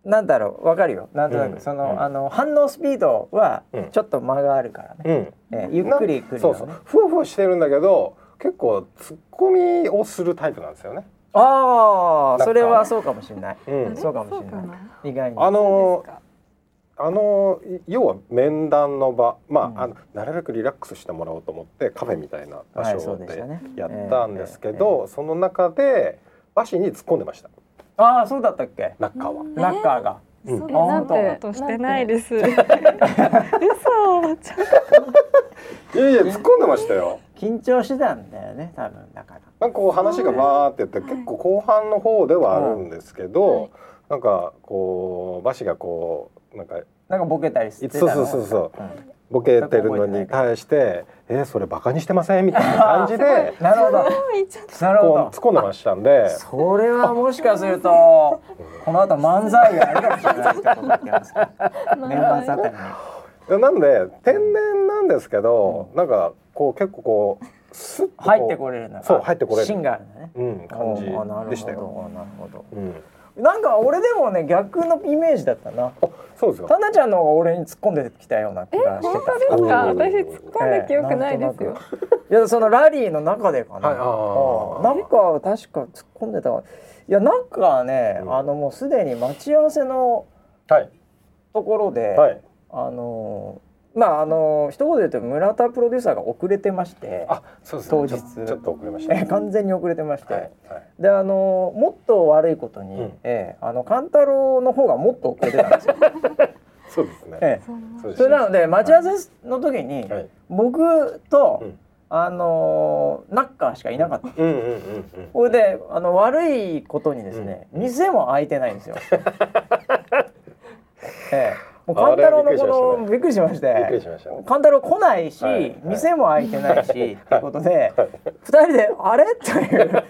なんだろうわかるよなんとな
うん
くその、
うん
あの反応スピードは
うん
ちょっと間があるからね、
うん
ええゆっくり来るのね
そうそうふわふわしてるんだけど結構ツッコミをするタイプなんですよね。
あ
な
あ
んか
それはそうかもしれない
うん、
そうかもしれ
そうか
ない意外に
あの
そうですか
あのい要は面談の場、ま
うん
あ、あのなるべくリラックスしてもらおうと思ってカフェみたいな場
はいそ
所
うでした
で
ね
やったんですけど、
え
その中で和紙に突っ込んでました
ああそうだったっけ
中は。
ナッカーが、
うん
そう
あ
なんて
本
としてないです
いやいや突っ込んでましたよ。
緊張してたんだよね多分だから
なんかこう話がバーってやって結構後半の方ではあるんですけど、
はい
なんかこう和紙がこうなんか
なんかボケたりしてた
そう
の
そうそうそう
うん
ボケてるのに対して「えーそれバカにしてません?」みたいな感じで
なるほどなる
こ
ほ
う
ど
突っ込んでましたんで
それはもしかするとこの後漫才があるかもしれないってことだってますねメンバーさんたちに
なんで天然なんですけど、なんかこう結構こうスッとこう
入ってこれるんだ
そう入ってこれる
芯があるんだね
うん感じ
おーなるほど
でしたよ。
なるほど
うん、
なんか俺でもね逆のイメージだったな
あそうですよ。
タナちゃんの方が俺に突っ込んできたような気がして
本
た
当ですか。
おー
私突っ込んだ記憶ないですよ。
いやそのラリーの中でかな。
はいあー
なんか確か突っ込んでたわ。いやなんかね、
うん
あのもうすでに待ち合わせの
はい
ところで、
はい。
あのまああの一言で言うと村田プロデューサーが遅れてまして、
あそうですね。
当日
ちょちょっと遅れました、
え完全に遅れてまして。
はいはい。
であのもっと悪いことに、
うん
ええあの勘太郎の方がもっと遅れてたんですよ。
そうですね。
ええ
そうです
それなので待ち合わせの時に、
はい。
僕と、
うん
あのナッカーしかいなかった。
うんうんうんうん。
これであの悪いことにですね、店も開いてないんです よ。ええ、もう勘太郎のこのびっくりしまし
びっくり
て
し。ましたね。
勘太郎来ないし、
はいはい
店も開いてないし、っていうことで、二人であれという。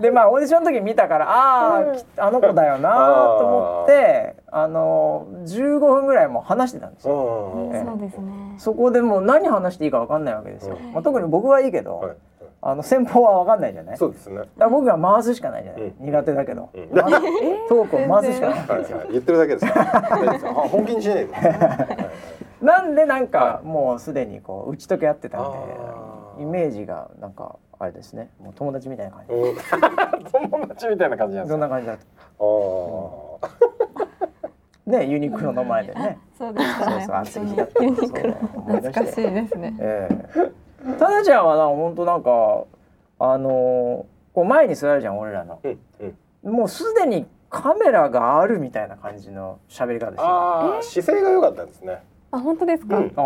でまあオーディションの時見たからああ、きあの子だよなと思ってあの15分ぐらいもう話してたんです
う
よ。
んうんうん。
ええ
そうですね
そこでもう何話していいかわかんないわけですよ。
うん
まあ、特に僕はいいけど、
はい。
あの先方はわかんないじゃない。
そうですね。は
だから僕が回すしかないじゃない、
うん
苦手だけど、
うん
回すトークを回すしかない
いはい。言ってる だけですから。大丈夫ですよあ本気にしないでください。
なんでなんかもうすでにこう打ち解け合ってたん
あー
でイメージがなんかあれですねもう友達みたいな感じ、
うん友達みたいな感じなんで
そ
す
ん
か。
な感じだっ
あー
たねユニクロの前でね、
そうでし
そう
たね
そう。暑い日だ
本
った
当に
そう思い出
懐かしい
して
ですね。
ええタナちゃんはな本当なんかあのーこう前に座るじゃん俺らの
うんうん。
もうすでにカメラがあるみたいな感じの喋り方でしたあ
ああ姿勢が良かったですね。
あ本当ですか。
うん
あ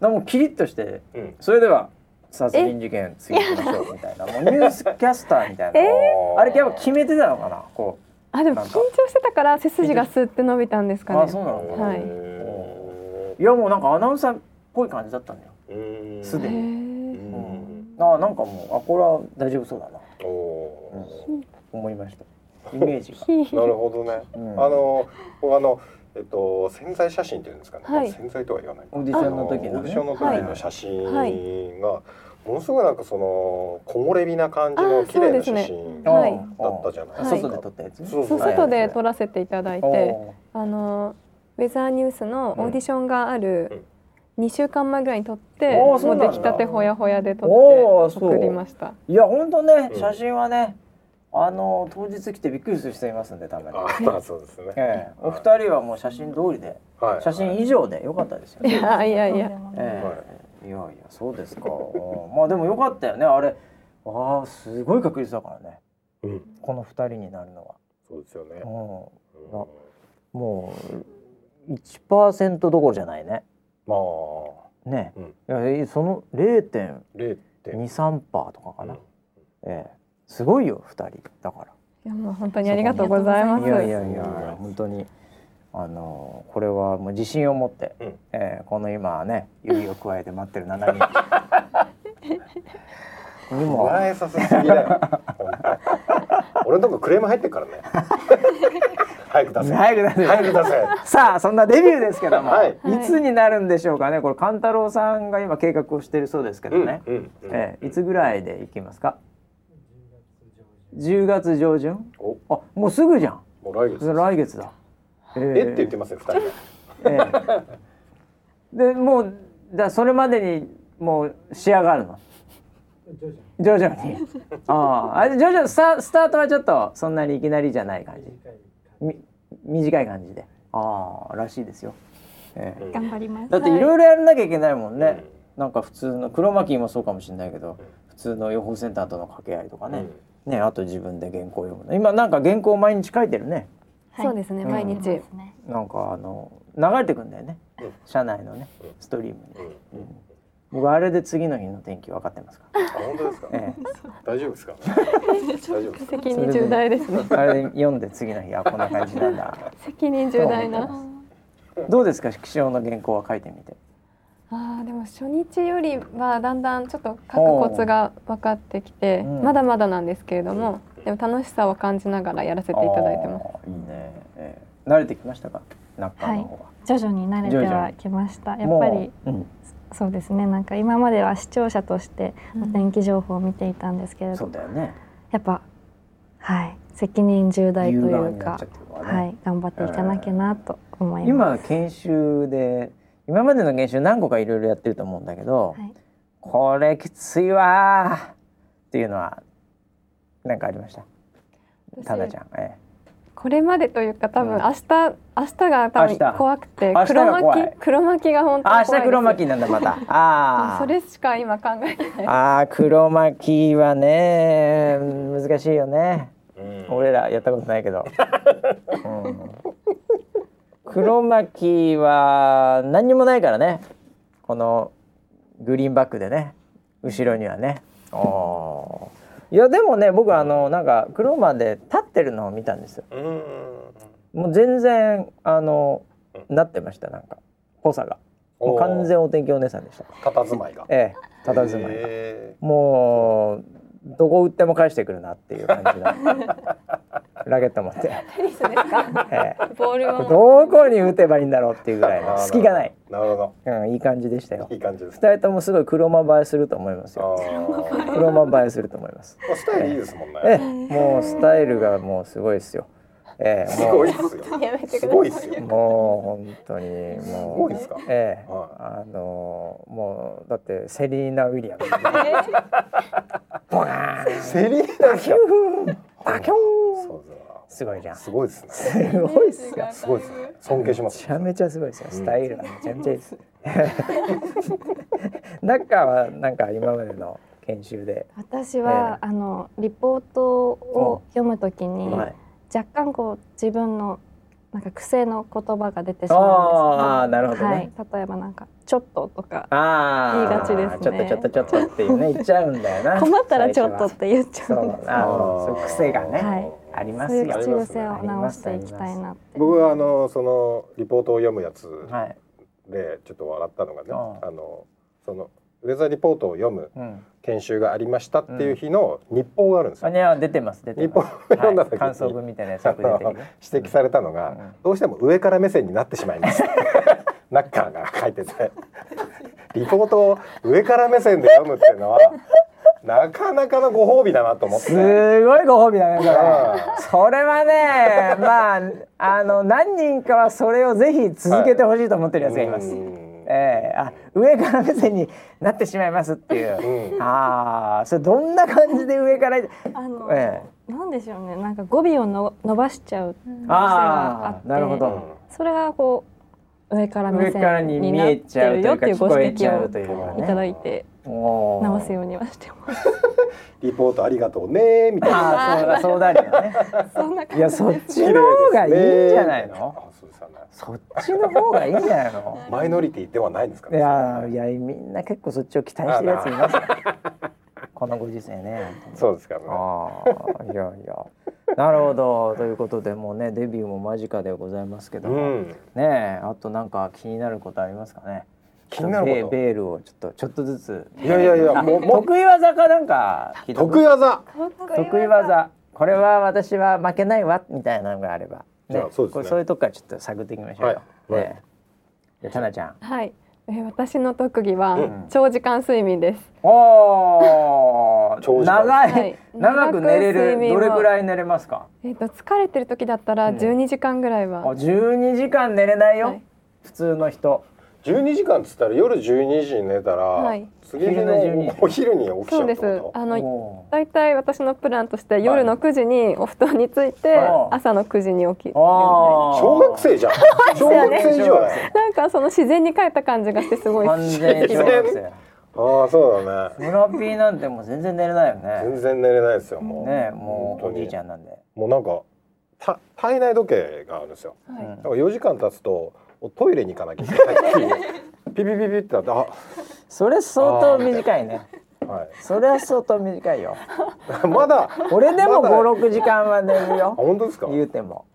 ー、でもうキリッとして
うん。
それでは殺人事件次行きましょうみたいなもうニュースキャスターみたいな、あれやっぱ決めてたのかなこ
あでも緊張してたから背筋がスって伸びたんです
う
か
あ
ね
そう。なの
はい
へー
いやもうなんかアナウンサーっぽい感じだったんだよ。
うん
すでに
う
え。
ん
ああなんかもうあこれは大丈夫そうだな
おお
思いました。イメージが。
ー。なるほどね。
うん
あのあのえっと潜在写真っていうんですかね。
はい
潜在とは言わないか。
オーディションの時のね
あオーディションの時の写真がものすごいなんかその木漏れ日な感じの綺麗な写
あーそう
真だ
はい
ったじゃないですか。
外で撮ったやつね。
そう
そ
そうう
外で撮らせていただいて、
おー
あのウェザーニュースのオーディションがある2週間前ぐらいに撮って、
おーそ
も
う
う
なんだ
出来たてほやほやで撮
おー
って
そう
送りました。
いや本当ね
うん
写真はね、あの当日来てびっくりする人いますんでたまに。
ああそうですね。
ええ、お二人はもう写真通りで、
はい
写真以上で良かったですよ
い
ね。
やいやい
い
や。
ええいやいやそうですか。うんまあでも良かったよねあれ。ああすごい確率だからね
うん
この二人になるのは。
そうですよね
うん。
うん
あもう一パーセントどころじゃないね。
まあ
ね。
うん
いやその零点
零点
二三パーとかかな。
うん
ええすごいよ二人だから。
いやもう本当にありがとうございます。
いやいやい
そうなん
や
です
本当にあのこれはもう自信を持って、
うん
えーこの今ね指を加えて待ってる7人に
も
も
らえさせすぎだよ。ほんと俺のとこクレーム入ってっからね。早く出せ。
早く出せ
早く出せ。
さあそんなデビューですけども、
はい
い、つになるんでしょうかねこれ勘太郎さんが今計画をしているそうですけどね、
うんうんうん
えーいつぐらいでいきますか10月上旬
お
あもうすぐじゃん
もう来月です。
来月だえー
えって言ってますよ二人が。
ええ、でもうだそれまでにもう仕上がるの徐々にあああれ徐々にスタスタートはちょっとそんなにいきなりじゃない感じみ短い感じでああらしいですよ、ええ
うん
頑張ります。
だっていろいろやらなきゃいけないもんね、なんか普通の黒巻もそうかもしれないけど普通の予報センターとの掛け合いとかね、ねあと自分で原稿読むの今なんか原稿毎日書いてるね
はい
そうですね毎日、
そうですね
なんかあの流れてくんだよね、
うん
社内のね
うん
ストリームに。
うんうん
僕あれで次の日の天気分かってますから。
あ本当です か。
え
大丈夫ですか。大丈夫ですか。
責任重大ですね。
え、あれで読んで次の日あこんな感じなん だ。
責任重大な。
どうですか気象の原稿は書いてみて。
ああでも初日よりはだんだんちょっと書くコツが分かってきて、
おーうん
まだまだなんですけれども、でも楽しさを感じながらやらせていただいてます。
あーいいね、ええ慣れてきましたか？ナッカーの方は。
徐々に慣れてはきました。やっ
もう
ぱり
うん
そうですね。なんか今までは視聴者としてお天気情報を見ていたんですけれど、
そうだよね。
やっぱはい責任重大とい
夕側
う
にな
か
っちゃってるからね。
はい頑張っていかなきゃなと思います。
今研修で今までの研修何個かいろいろやってると思うんだけど、
はい
これきついわーっていうのはなんかありました。ただちゃん。ええ
これまでというか多分
うん
明日、明日が多
明日
分怖くて
明日
黒
が怖い
巻き黒巻きが本当に
あ
怖い
明日黒巻きなんだまた。ああ。
それしか今考えてない。
ああ黒巻きはね難しいよね
うん
俺らやったことないけど、うん黒巻きは何にもないからねこのグリーンバックでね後ろにはねおーいやでもね僕あのなんか黒馬で立ってるのを見たんですよ
うん。
もう全然あのなってましたなんかぽさがもう完全お天気お姉さんでした
佇まいが。
ええ佇まいが
え
もうどこ打っても返してくるなっていう感じの ラケット持って、
テニスですか？
ええ
ボールはもう
どこに打てばいいんだろうっていうぐらいの
ー。
隙がない、
なるほど。
うん、いい感じでしたよ
いい感じです。
二人ともすごい黒間映えすると思います
あ
よ
ー
黒間映えすると思います
スタイルいいですもんね。
ええもうスタイルがもうすごいですよええ
す
も
ご
う
いっすよ。
やめて
す
くださ
ご
い。
いっすよ。
もう本当に
すご
も
いっ
う
すか。
ええ
は
あのもうだってセリーナ・ウィリ アムズねボカーン
セリーナ
キューンバキョーン
そうだ
すごいじゃん
な。すごいですね。
すごいっすよ。
すごいですね。尊敬しま
め
す
ち。ゃめちゃすごいですよ。
うん
スタイルがめちゃめちゃいいです。 中はなんか今までの研修で、
私は、あのリポートを読むときに、
はい、
若干こう自分のなんか癖の言葉が出てし
あ
ま
ー
うん
なるほ
です
ど
が、
ね
はい、例えばなんかちょっととか
ああ
言いがちですね
ちょっとちょっとちょっとっていうね言っちゃうんだよな。
困ったらちょっと
最
って言っちゃ
初は。
う
そ
ん
う
で
あのそういう癖がね、
はい
ありますす
そうい
よ
う。
あり
口
ます
癖を直していきたいなって
僕はあのそのリポートを読むやつ
はい。
でちょっと笑ったのがね、
うん
あのそのウェザーリポートを読む
うん。
研修がありましたっていう日の日報があるんです
あ
よ。
ねあ出てます出てます。
日本読んだ時
はい感
に
想文みたいなやつよく出てるよ。
指摘されたのが、
うん
どうしても上から目線になってしまいます。 ナッカーが書いてて、リポートを上から目線で読むっていうのはなかなかのご褒美だなと思って。
すごいご褒美だねこれ
あ。
それはね、まああの何人かはそれをぜひ続けてほしいと思ってるやつがいます。
うん
ええあ上から目線になってしまいますっていう。
うん
ああそれどんな感じで上から。え
あの、
え
なんでしょうねなんか語尾をの伸ばしちゃう
ああなるほ
う
ど。
それがこう上から目
上から
線
に
に
見
なっ
え
て
ちゃう
る
とい
よっ
うか
ていう
聞
ご
こえ
指
ちゃう
摘
というか
をい
ね
た。だいて
おー
直すようにはしてます。
んリポートありがとうねみたいな。
ああそうだそうだよね。
そんな感
いやそっちの方がいいんじゃないの？
あそうですよね
そっちの方がいいんじゃないの？
マイノリティではないんですか
い
ね。
やいやみんな結構そっちを期待してるやつい ますよ。このご時世ね。
そうですからね。
ああいやいや。なるほどということでもうねデビューも間近でございますけど
う
も、
ん。
ねえあとなんか気になることありますかね。
気になること
ベ。ベールをちょっとちょっとずつ。
いやいやいや
あ
もうもう
得意技かなんか聞いたこと
得意技。
得意技これは私は負けないわみたいなのがあれば、
じゃあそうです
こ
ね
れそういうとこからちょっと探っていきましょうよ、
はいはい
ねじゃあタナちゃん
はい、えー私の特技は、
うん
長時間睡眠です。
おー
長時間
長い、
はい
長く寝れ
長く睡
る
眠
ど
を
れぐらい寝れますか
えっ、と疲れてる時だった
う
ら
ん
12時間ぐらい
あ
は、
12時間寝れないよ、
はい
普通の人
12時間っつったら夜12時に寝たら、
はい
次の日
昼の12
の
時
お昼に起きちゃ
そうう
ってこ
です
と。
あ
お
の
ー
だいたい私のプランとして夜の9時にお布団について、
はい
朝の9時に起きるみたいな
あー
小学生じゃん。小学生以上だよ。
なんかその自然に帰った感じがしてすごい好
完
き
全に小学生
ああそうだね。
ムラピーなんてもう全然寝れないよ
全
ね
然寝れないですよもう。
ねえもうお
本当に
じいちゃんなんで、
もうなんかた体内時計があるんですよ。
う
だ
ん
から4時間経つとおトイレに行かなきゃいけないっていう。 ピピピピってなってあ
それ相当短いね
は
それは相当短いよ
い。 まだあ
俺でも
まだ
五六時間は寝るよ。
本当ですか。
言うても、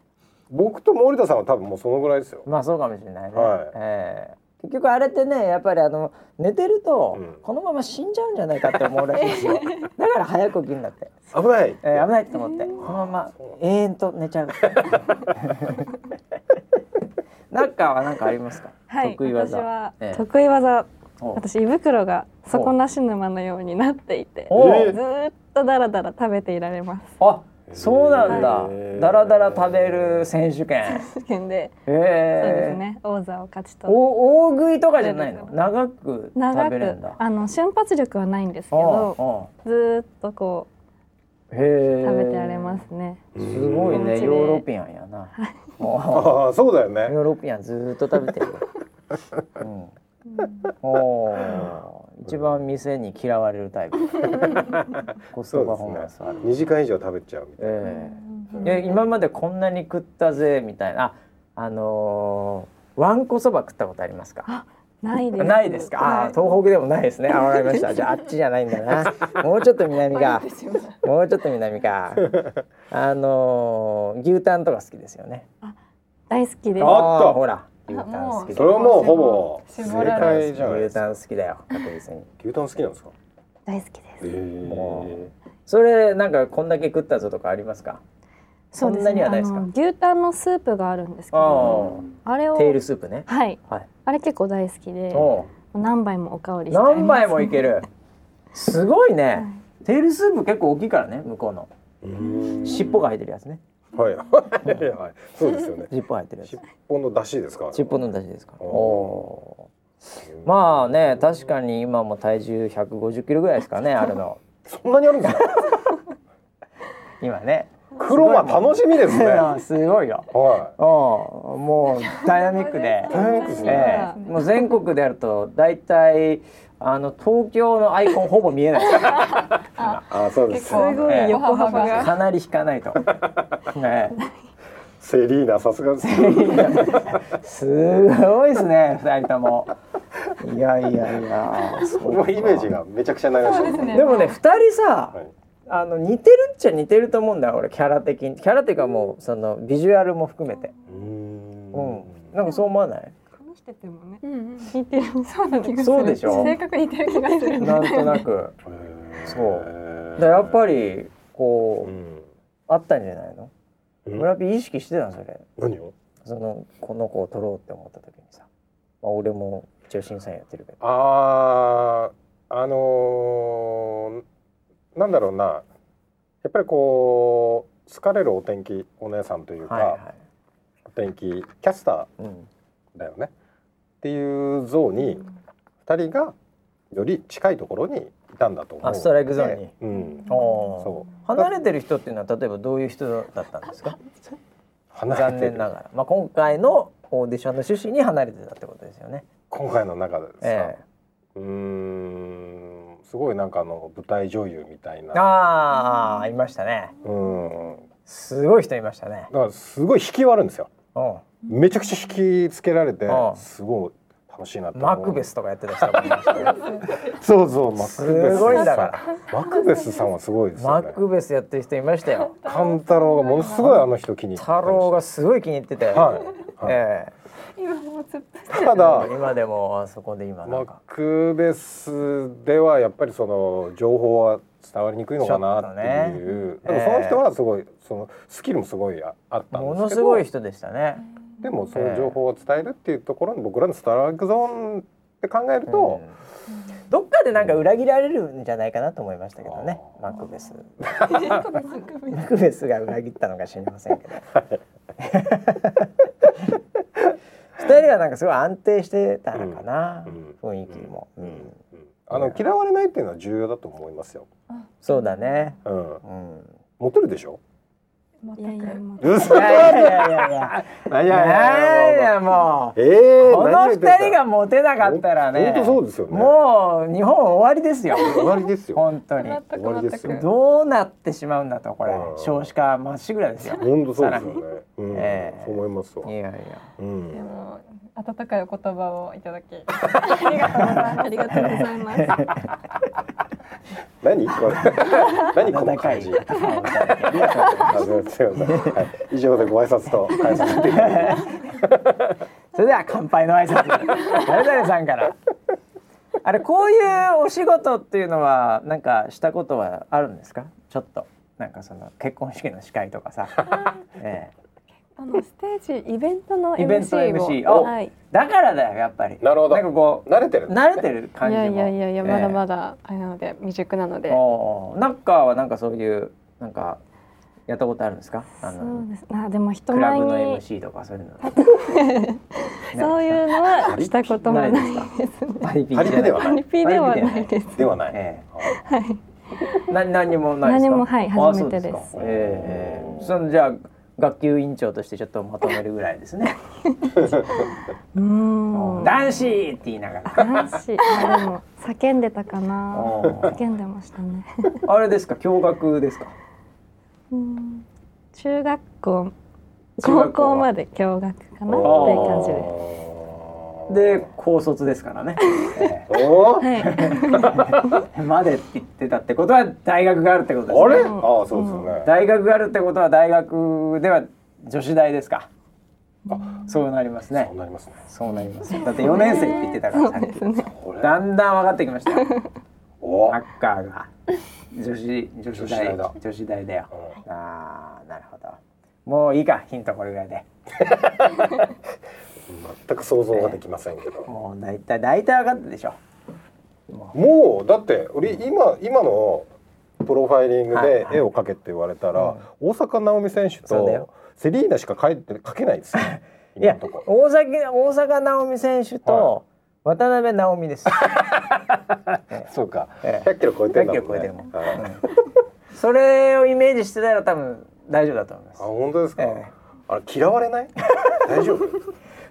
僕と森田さんは多分もうそのぐらいですよ。
まあそうかもしれないね。
はい
ええ結局あれってね、やっぱりあの寝てると、
うん
このまま死んじゃうんじゃないかって思うらしいんです よ。だから早く起きるんだって、
危ない。
ええ危ないと思って、このまま永遠と寝 ちゃう。なんかはなんかありますか。
はい、
得意技。
私は
ええ
得意技
お
私胃袋が底なし沼のようになっていて
お
え
ずーっとダラダラ食べていられます
あ、そうなんだ
へえ。
だらだら食べる選手 権。
試験で、
え
そうで
え
すね王座を勝ち取っ
お大食いとかじゃないの。長く
て長
食べれるん
く
だ。
あの瞬発力はないんですけ
あ
ど
あ
ずーっとこ
へえ
う食べてられますね
すごい
お
ね
家で
ヨーロピアンやなも
ああそうだよ
う
ね。
ヨーロピアンずーっと食べてるよ、うん、おー一番店に嫌われるタ イプコス
そ
ト
うで
パ
す
フォーマンスある、
ね。2時間以上食べちゃうみたいな。
ええいや今までこんなに食ったぜみたいなああのーわんこそば食ったことありますか
ないです
ないですか、ああー東北でもないですねあわかりましたじゃああっちじゃないんだ なもうちょっと南 がもうちょっと南 かあのー牛タンとか好きですよね
大好きです
あった
ーほら牛タン好き
それはもうほぼ正
牛タン好
解
き
じゃないで
牛
すか。
タン好きだよ確実に
牛タン好きなんですか。
大好きです
もそれなんかこんだけ食ったぞとかありますか
そうです
そんなに
ね
は
あ
ないですか
の牛タンのスープがあるんですけ
あ
どあれ
あ
を
テールスープね
はい
はい
あれ結構大好きで
おう
何杯もおかわりして
何杯もいけるすごいねテールスープ結構大きいからね向こうの
うん
尻尾が入ってるやつね
はいはいはい。そうですよね。
尻尾入ってるやつ
尻尾の出汁ですか。
尻尾の出汁ですから
おう
おうまあね確かに今も体重150キロぐらいですか ねあるの
そんなにあるんですか。
今ね
黒間楽しみですね。は
すごいよ
い。
うんもうダイナミック で
ダイナミックですね
ええもう全国でやると大体あの東京のアイコンほ ぼ見えない
あ、そうです。
すごい横幅が
かなり引かないと、ね
セリーナさすがです。
すごいですね二人ともいやいやいや
もうイメージがめちゃくちゃ流してる。
でもね二人さ、
はい
あの似てるっちゃ似てると思うんだよ俺キャラ的にキャラっていうかもうそのビジュアルも含めて
うーん
うんなんかそう思わない
この人
ててもね
うんうん
似てるそうな気がする
そうでしょ
性格似てる気がするんだ
な
よ
ん
ね
となくそうだからやっぱりこ
う
う、
ん
あったんじゃないの
うん
村ピ意識してたのそれ
何を
そのこの子を取ろうって思った時にさ、まあ、俺も一応審査員やってるけど
あーあのーなんだろうなやっぱりこう好かれるお天気お姉さんというか、
はいは
お天気キャスタ
い、うん、
ーだよねっていう像に二人がより近いところにいたんだと思う
あストライクゾーンに、
うん、
おー
そう
離れてる人っていうのは例えばどういう人だったんです か
離れて
残
る
念ながら、まあ、今回のオーディションの趣旨に離れてたってことですよね。
今回の中でさ、
え
うーんすごいなんかあの舞台女優みたい
え、
な
ああいましたね
うん
すごい人いましたね
だ。からすごい引きはあるんですよ
うん
めちゃくちゃ引きつけられて
ああ
すごい楽しいなって思
マ
う
クベスとかやってた人もいま したね
そうそうマクベスさん
すごいんだから
マクベスさんはすごいですよ
マ
ね
クベスやってる人いましたよ。
勘太郎がものすごいあの人気に入って
太郎が
まし
すごい気に入ってたよ。
たはい、はい
ええ
今もうずっと
ただ
今でもあそこで今な
マ
んか
クベスではやっぱりその情報は伝わりにくいのかなっていう、
ちょっとね
でもその人はすごいそのスキルもすごいああったんですけど
ものすごい人でしたね。
でもその情報を伝えるっていうところに僕らのストライクゾーンって考えると、
うんどっかでなんか裏切られるんじゃないかなと思いましたけどね。マクベス。マクベスが裏切ったのか知りません けど。二人はなんかすごい安定してたのかな、
うん
雰囲気も、
うん
うん
あの嫌われないっていうのは重要だと思いますよ。
そうだね、
うん、
うん、
モテるでしょ。
いやいやもう
いやいやいやいや
やい
いやいやもう
ええ
この二人がモテなかったらね
本当そうですよね。
もう日本終わりですよ
終わりですよ。
本当に
終わりですよ。
どうなってしまうんだとこれ
うん
少子化まっしぐらですよ
本当そうですよ
さ
ね。うん、
ええ
そう思いますわ
らに。いやいや
うん
で。も温かいお言葉をいた だきありがとうございます。ありがとうございます。
何これ何この
温か
感
い
じ。
ありがとうございます
あすみません。すみませんはい、以上でご挨拶と返させていただきます。
それでは乾杯の挨拶誰々さんからあれこういうお仕事っていうのはなんかしたことはあるんですかちょっとなんかその結婚式の司会とか さ、ええ、
あのステージイベントの MC を
イベント MC お
はい、
だからだよやっぱり
なるほど
なんかこう
慣れてる。
慣れてる感
い
じも
やいやいやいやまだま
だ、
だあれなので未熟なの
え
で
えおーナッカーはなんかそういうなんかやったことあるんですかあ
そ
の
うですあでも人
クラ
前
ブの
に
MC とかそういう の
そういうのはしたこともない
ないです
ですね
パリピ
パリピでは
パ
ない
リ。ピではないです
ではない。
え
はい
はい
え、な何にもないですか
何もはい
あ
初めてです
そうかええそのじゃあ学級委員長としてちょっとまとめるぐらいですね
うーん
男子って言いながら
男子あでも叫んでたかな
おー
叫んでまし たね
あれですか共学ですか
うん中学校
中学校は
高校まで共学かなっていう感じです
で高卒ですからね、え
おー
はい、
えまでって言ってたってことは大学があるってことですね
あれ、ああそうですよね、
大学があるってことは大学では女子大ですか
あ
そうなりますね
そうなりますね
そうなりますだって4年生って言ってたからさっき
これ
だんだん分かってきましたよ
お
ハッカーが女子女子
女子大
大
だ
女子大だよ。ああなるほど。もういいかヒントこれぐらいで。
全く想像ができませんけど、
もうだいたいだいたい分かったでしょ。
もうだって俺今今のプロファイリング
はい
で
はい
絵を描けって言われたら、
うん
大坂なおみ選手
そうだよ
とセリーナしか描いて描けないです よ
い
今
や
のとこ
大崎大阪直美選手と渡辺直美です。
そうか、
ええ
100キロ超えてんだも
100
んね
キロ超えてるもん
はい
それをイメージしてたら多分大丈夫だと思います
あ。本当ですか、
ええ
あれ嫌わ れない大丈夫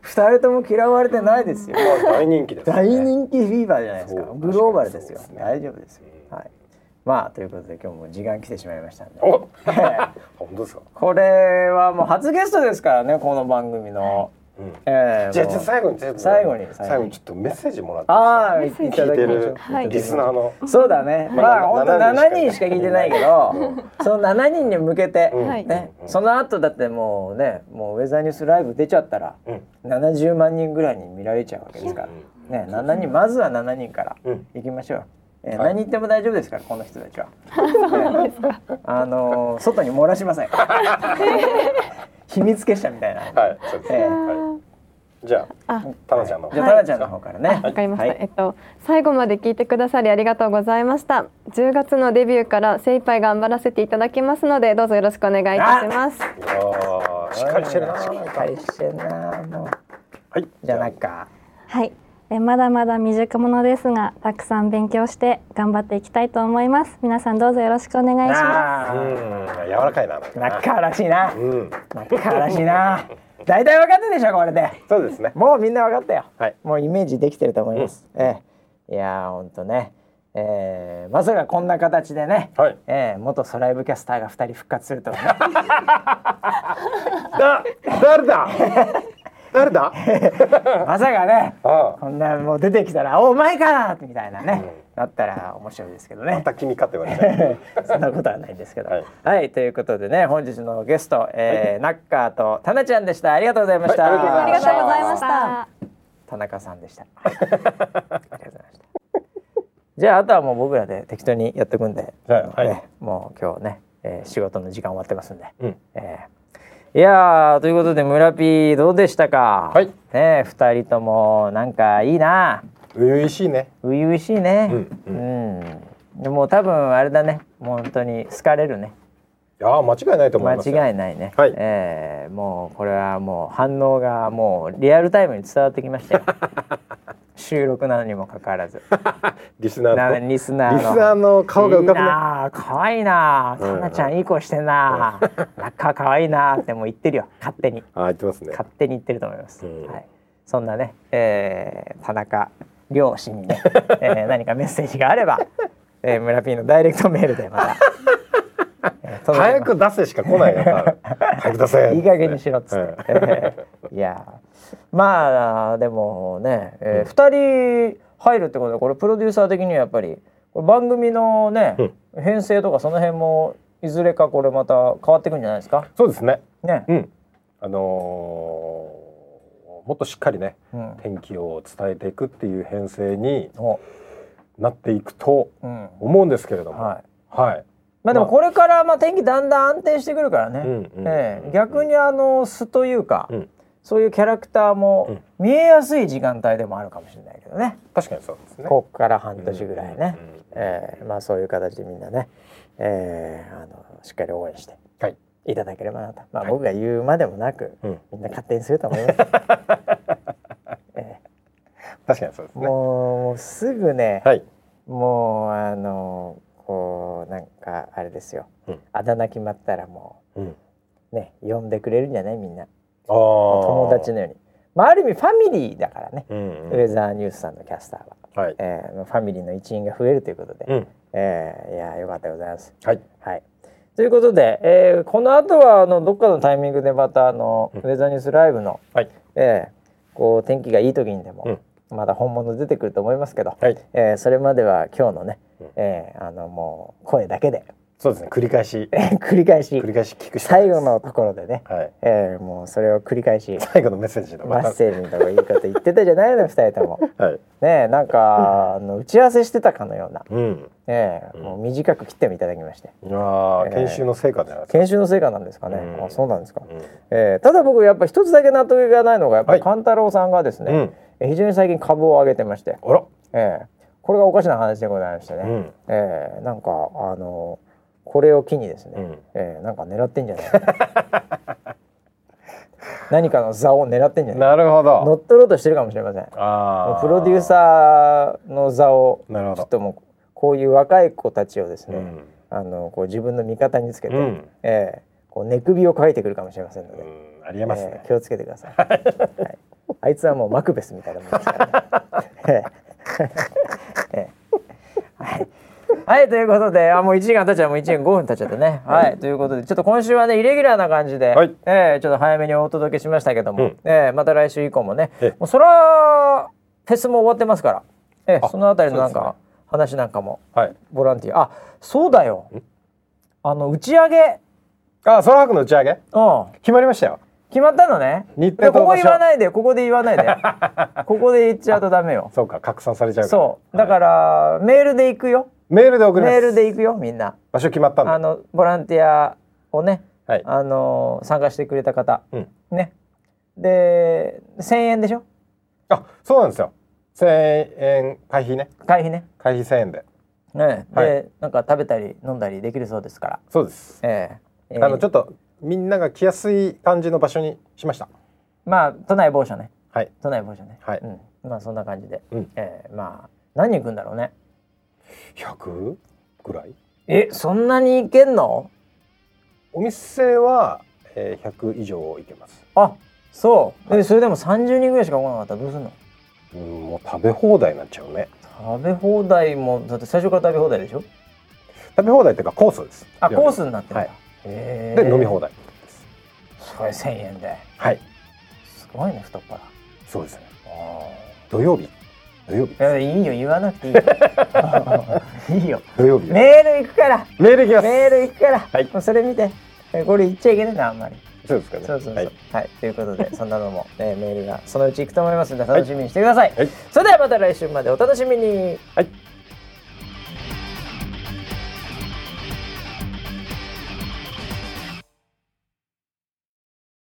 二人とも嫌われてないですよ。
まあ大人気です、ね、
大人気フィーバーじゃないですか。
そう
グローバルですよ。
確かにそうで
大
すね
丈夫ですよ。はい。まあということで今日も時間来てしまいましたんで。
お本当ですか
これはもう初ゲストですからねこの番組の、
うん
えー
じゃあ
もう
じゃあ最後にちょっと
最後に
最後にちょっとメッセージもらって
ああ
い
い
いです
ただき
か聞いて
ましょ
る
う
はい
リスナーの
そうだね、まあ
まあ
本当
7
7
人
人
し
し
か
か聞
聞い
い
て
て
な
ないいけどその7人に向けて、
うん
はい
ね
うん
その後だってもうねもうウェザーニュースライブ出ちゃったら
うん
70万人ぐらいに見られちゃうわけですから、ね、7人まずは7人から
うん
いきましょう、えー
はい
何言っても大丈夫ですからこの人たちはねあのー外に漏らしませ ん秘密結社みたいな、
はいそうです
ええ
はいじゃあ
あ
タナちゃんの
じゃあタラちゃんの方からね、
わかりました、
はい
えっと最後まで聞いてくださりありがとうございました10月のデビューから精一杯頑張らせていただきますのでどうぞよろしくお願いいたします
いやーしっかりしてるな
しっかりしてんなもう
はい
じゃあなんか
はい。えまだまだ未熟者ですが、たくさん勉強して頑張っていきたいと思います。皆さんどうぞよろしくお願いしま
う
あ
ん柔らかいな
ー中からしいな
うん
中からしいな大体分かったでしょこれで
そうですね
もうみんな分かったよ、
はい
もうイメージできてると思います、ええいやーほんとね、えー、まさかこんな形でね、
はい
ええ元ソライブキャスターが2人復活するとはね
だ誰だ誰だ
まさかね
ああ
こんなもう出てきたら「おお前か!」みたいなね、なったら面白いですけどね
また君かって言われて
そんなことはないんですけど。
は
はいい、ということでね、本日のゲスト、えーナッカーとタナちゃんでした。ありがとうございました。
はいありがとうございま
し。
した
田中さんでした。ありがとうございました。じゃああとはもう僕らで適当にやっていくんで、
はい
ねもう今日ね、えー仕事の時間終わってますんで。
うん
えーいやーということで村ピーどうでしたか。
はい
ねえ二人ともなんかいいな。
初々しいね
初々しいね。う
う
ん。でもう多分あれだね。もう本当に好かれるね。
いやー間違いないと思
間
いますよ
違いないね。
はい
えーもうこれはもう反応がもうリアルタイムに伝わってきま したよ。収録なのにもかかわらず、
リスナー
な
の
リスナーの
リスナーの顔が浮かぶ
いい
ね
なあ、可愛いなあ、
うん
かなちゃんいい子してんなあ、仲可愛いなあってもう言ってるよ、勝手に、
あー言ってますね
勝手に言ってると思います。
うん
はい、そんなね、えー、田中両親 にね、えー、何かメッセージがあれば、えー、村ピーのダイレクトメールでま た、えー届けます
早く出せしか来ないよ多分早く出せ
いい加減にしろっつって、
うん
えーいやーまあでもね、えー2人入るってことでこれプロデューサー的にはやっぱりこれ番組のね、編成とかその辺もいずれかこれまた変わってくんじゃないですか
そうですね
ね、
うんあのーもっとしっかりね
うん
天気を伝えていくっていう編成に
お
なっていくと
うんは
思うんですけれどもはい
い、まあでもこれからまあ天気だんだん安定してくるからね、
うんうん
ええ逆にあの素というか、
うん
そういうキャラクターも見えやすい時間帯でもあるかもしれないけどね。
確かにそうですね
ここから半年ぐらいね
うんうんうん、
えーまあそういう形でみんなね、えーあのしっかり応援して
はい
いただければなと、まあ、僕が言うまでもなく、
うん
みんな勝手にすると思います、え
確かにそうです
ーもう
ね
もうすぐね、
はい
もうあのこうなんかあれですよ、
うん
あだ名決まったらも
うん
うね呼んでくれるんじゃないみんな
あ友
友達のように、まあ、ある意味ファミリーだからね、
うん
ウ
うん
ェザーニュースさんのキャスターは、
はい
えーファミリーの一員が増えるということで。
うん
えー、いやーよかったでございます。
はい
はい。ということで、えーこの後はあのどっかのタイミングでまたあの、
うん
ウェザーニュースライブの、
はい
えーこう天気がいい時にでも、まだ本物出てくると思いますけど、
はい
えーそれまでは今日のね
うん、
えーあのもう声だけで
そうですね繰り返し
繰り返し
繰り返し聞くしかな
最
いです
後のところでね、
はい
えーもうそれを繰り返 し
最後のメッセージの
マッセージのとこいいこと言ってたじゃないの二人と も。
はい
ねえなんかあの打ち合わせしてたかのような、
うん
えー
うん
もう短く切ってもいただきまして。
いやー
えー
研修の成果じゃないですか
研修の成果なんですかね。
うん
あそうなんですか。
うん
えーただ僕やっぱ一つだけ納得がないのがやっぱ
はい
り勘太郎さんがですね、
うん
えー非常に最近株を上げてまして、
あら
えーこれがおかしな話でございましてね、
うん
えーなんかあのーこれを機にですね、
うん
えーなんか狙ってんじゃないかな 何かの座を狙ってんじゃないか
なるほ
乗
ど
っ取ろうとしてるかもしれません。
あ
も
あ
うプロデューサーの座を
なるほ
ち
ど
ょっともうこういう若い子たちをですね、
うん
あのこう自分の味方につけて、
うん
ええこう寝首をかいてくるかもしれませんので、
うんありえます
え
ね
え気をつけてください、はい、あいつはもうマクベスみたいなもんですから、ねええはいはいということであもう1時間経っちゃうもう1時間5分経っちゃったね。はいということでちょっと今週はねイレギュラーな感じで、
はい
えーちょっと早めにお届けしましたけども、
うん
えーまた来週以降もね
ええ
もうそらフェスも終わってますから、えー
あ
そのあたりのなんか、
そうです
話なんかも
はい。
ボランティアあそうだよあの打ち上げ、
あ、ソラハクの打ち上げ
うん、
決まりましたよ。
決まったのね
日
で
程と
ここ
場所
言わないでここで言わないで ここで言っちゃうとダメよ
そうか、拡散されちゃうから。。
そうだからら、メールで行くよ
メールで送ります。
メールで行くよみんな
場所決まったん
あ
だ。
のボランティアをね、
はい。
あの参加してくれた方、
うん
ねで1,000円でしょ
あ、そうなんですよ。千円会費ね。
会費ね
会費千円で。
ねで、
はい
なんか食べたり飲んだりできるそうですから
そうです。
ええええ
あのちょっとみんなが来やすい感じの場所にしました。
まあ都内某所ね
はい。
都内某所ね、
はい
うん、まあそんな感じで、
うん
ええまあ何人行くんだろうね
百ぐらい？
えそんなに行けんの
お店はえー百以上いけます。
あそう、
は
で
い
それでも30人ぐらいしか来なかったらどうすんの
うん、もう食べ放題になっちゃうね。
食べ放題もだって最初から食べ放題でしょ
食べ放題っていうかコースです。
あ
いわゆ
コー
る
スになってるんだ、
はい
へえ
で飲み放題。
それ1000円で
はい。
すごいね太っ腹
そうですね。
あ
土曜日。土曜日。
ーいやいいよ言わなくていいよい いよ
土曜日。
メール行くから
メールいきます。
メール行くから、
はい
もうそれ見てえこれ言っちゃいけないなあんまり
そうですかね。
そうそうそう。は
はいい、
ということで、そんなのも、えーメールがそのうち行くと思いますので、楽しみにしてください。
はい
それではまた来週までお楽しみに。
はい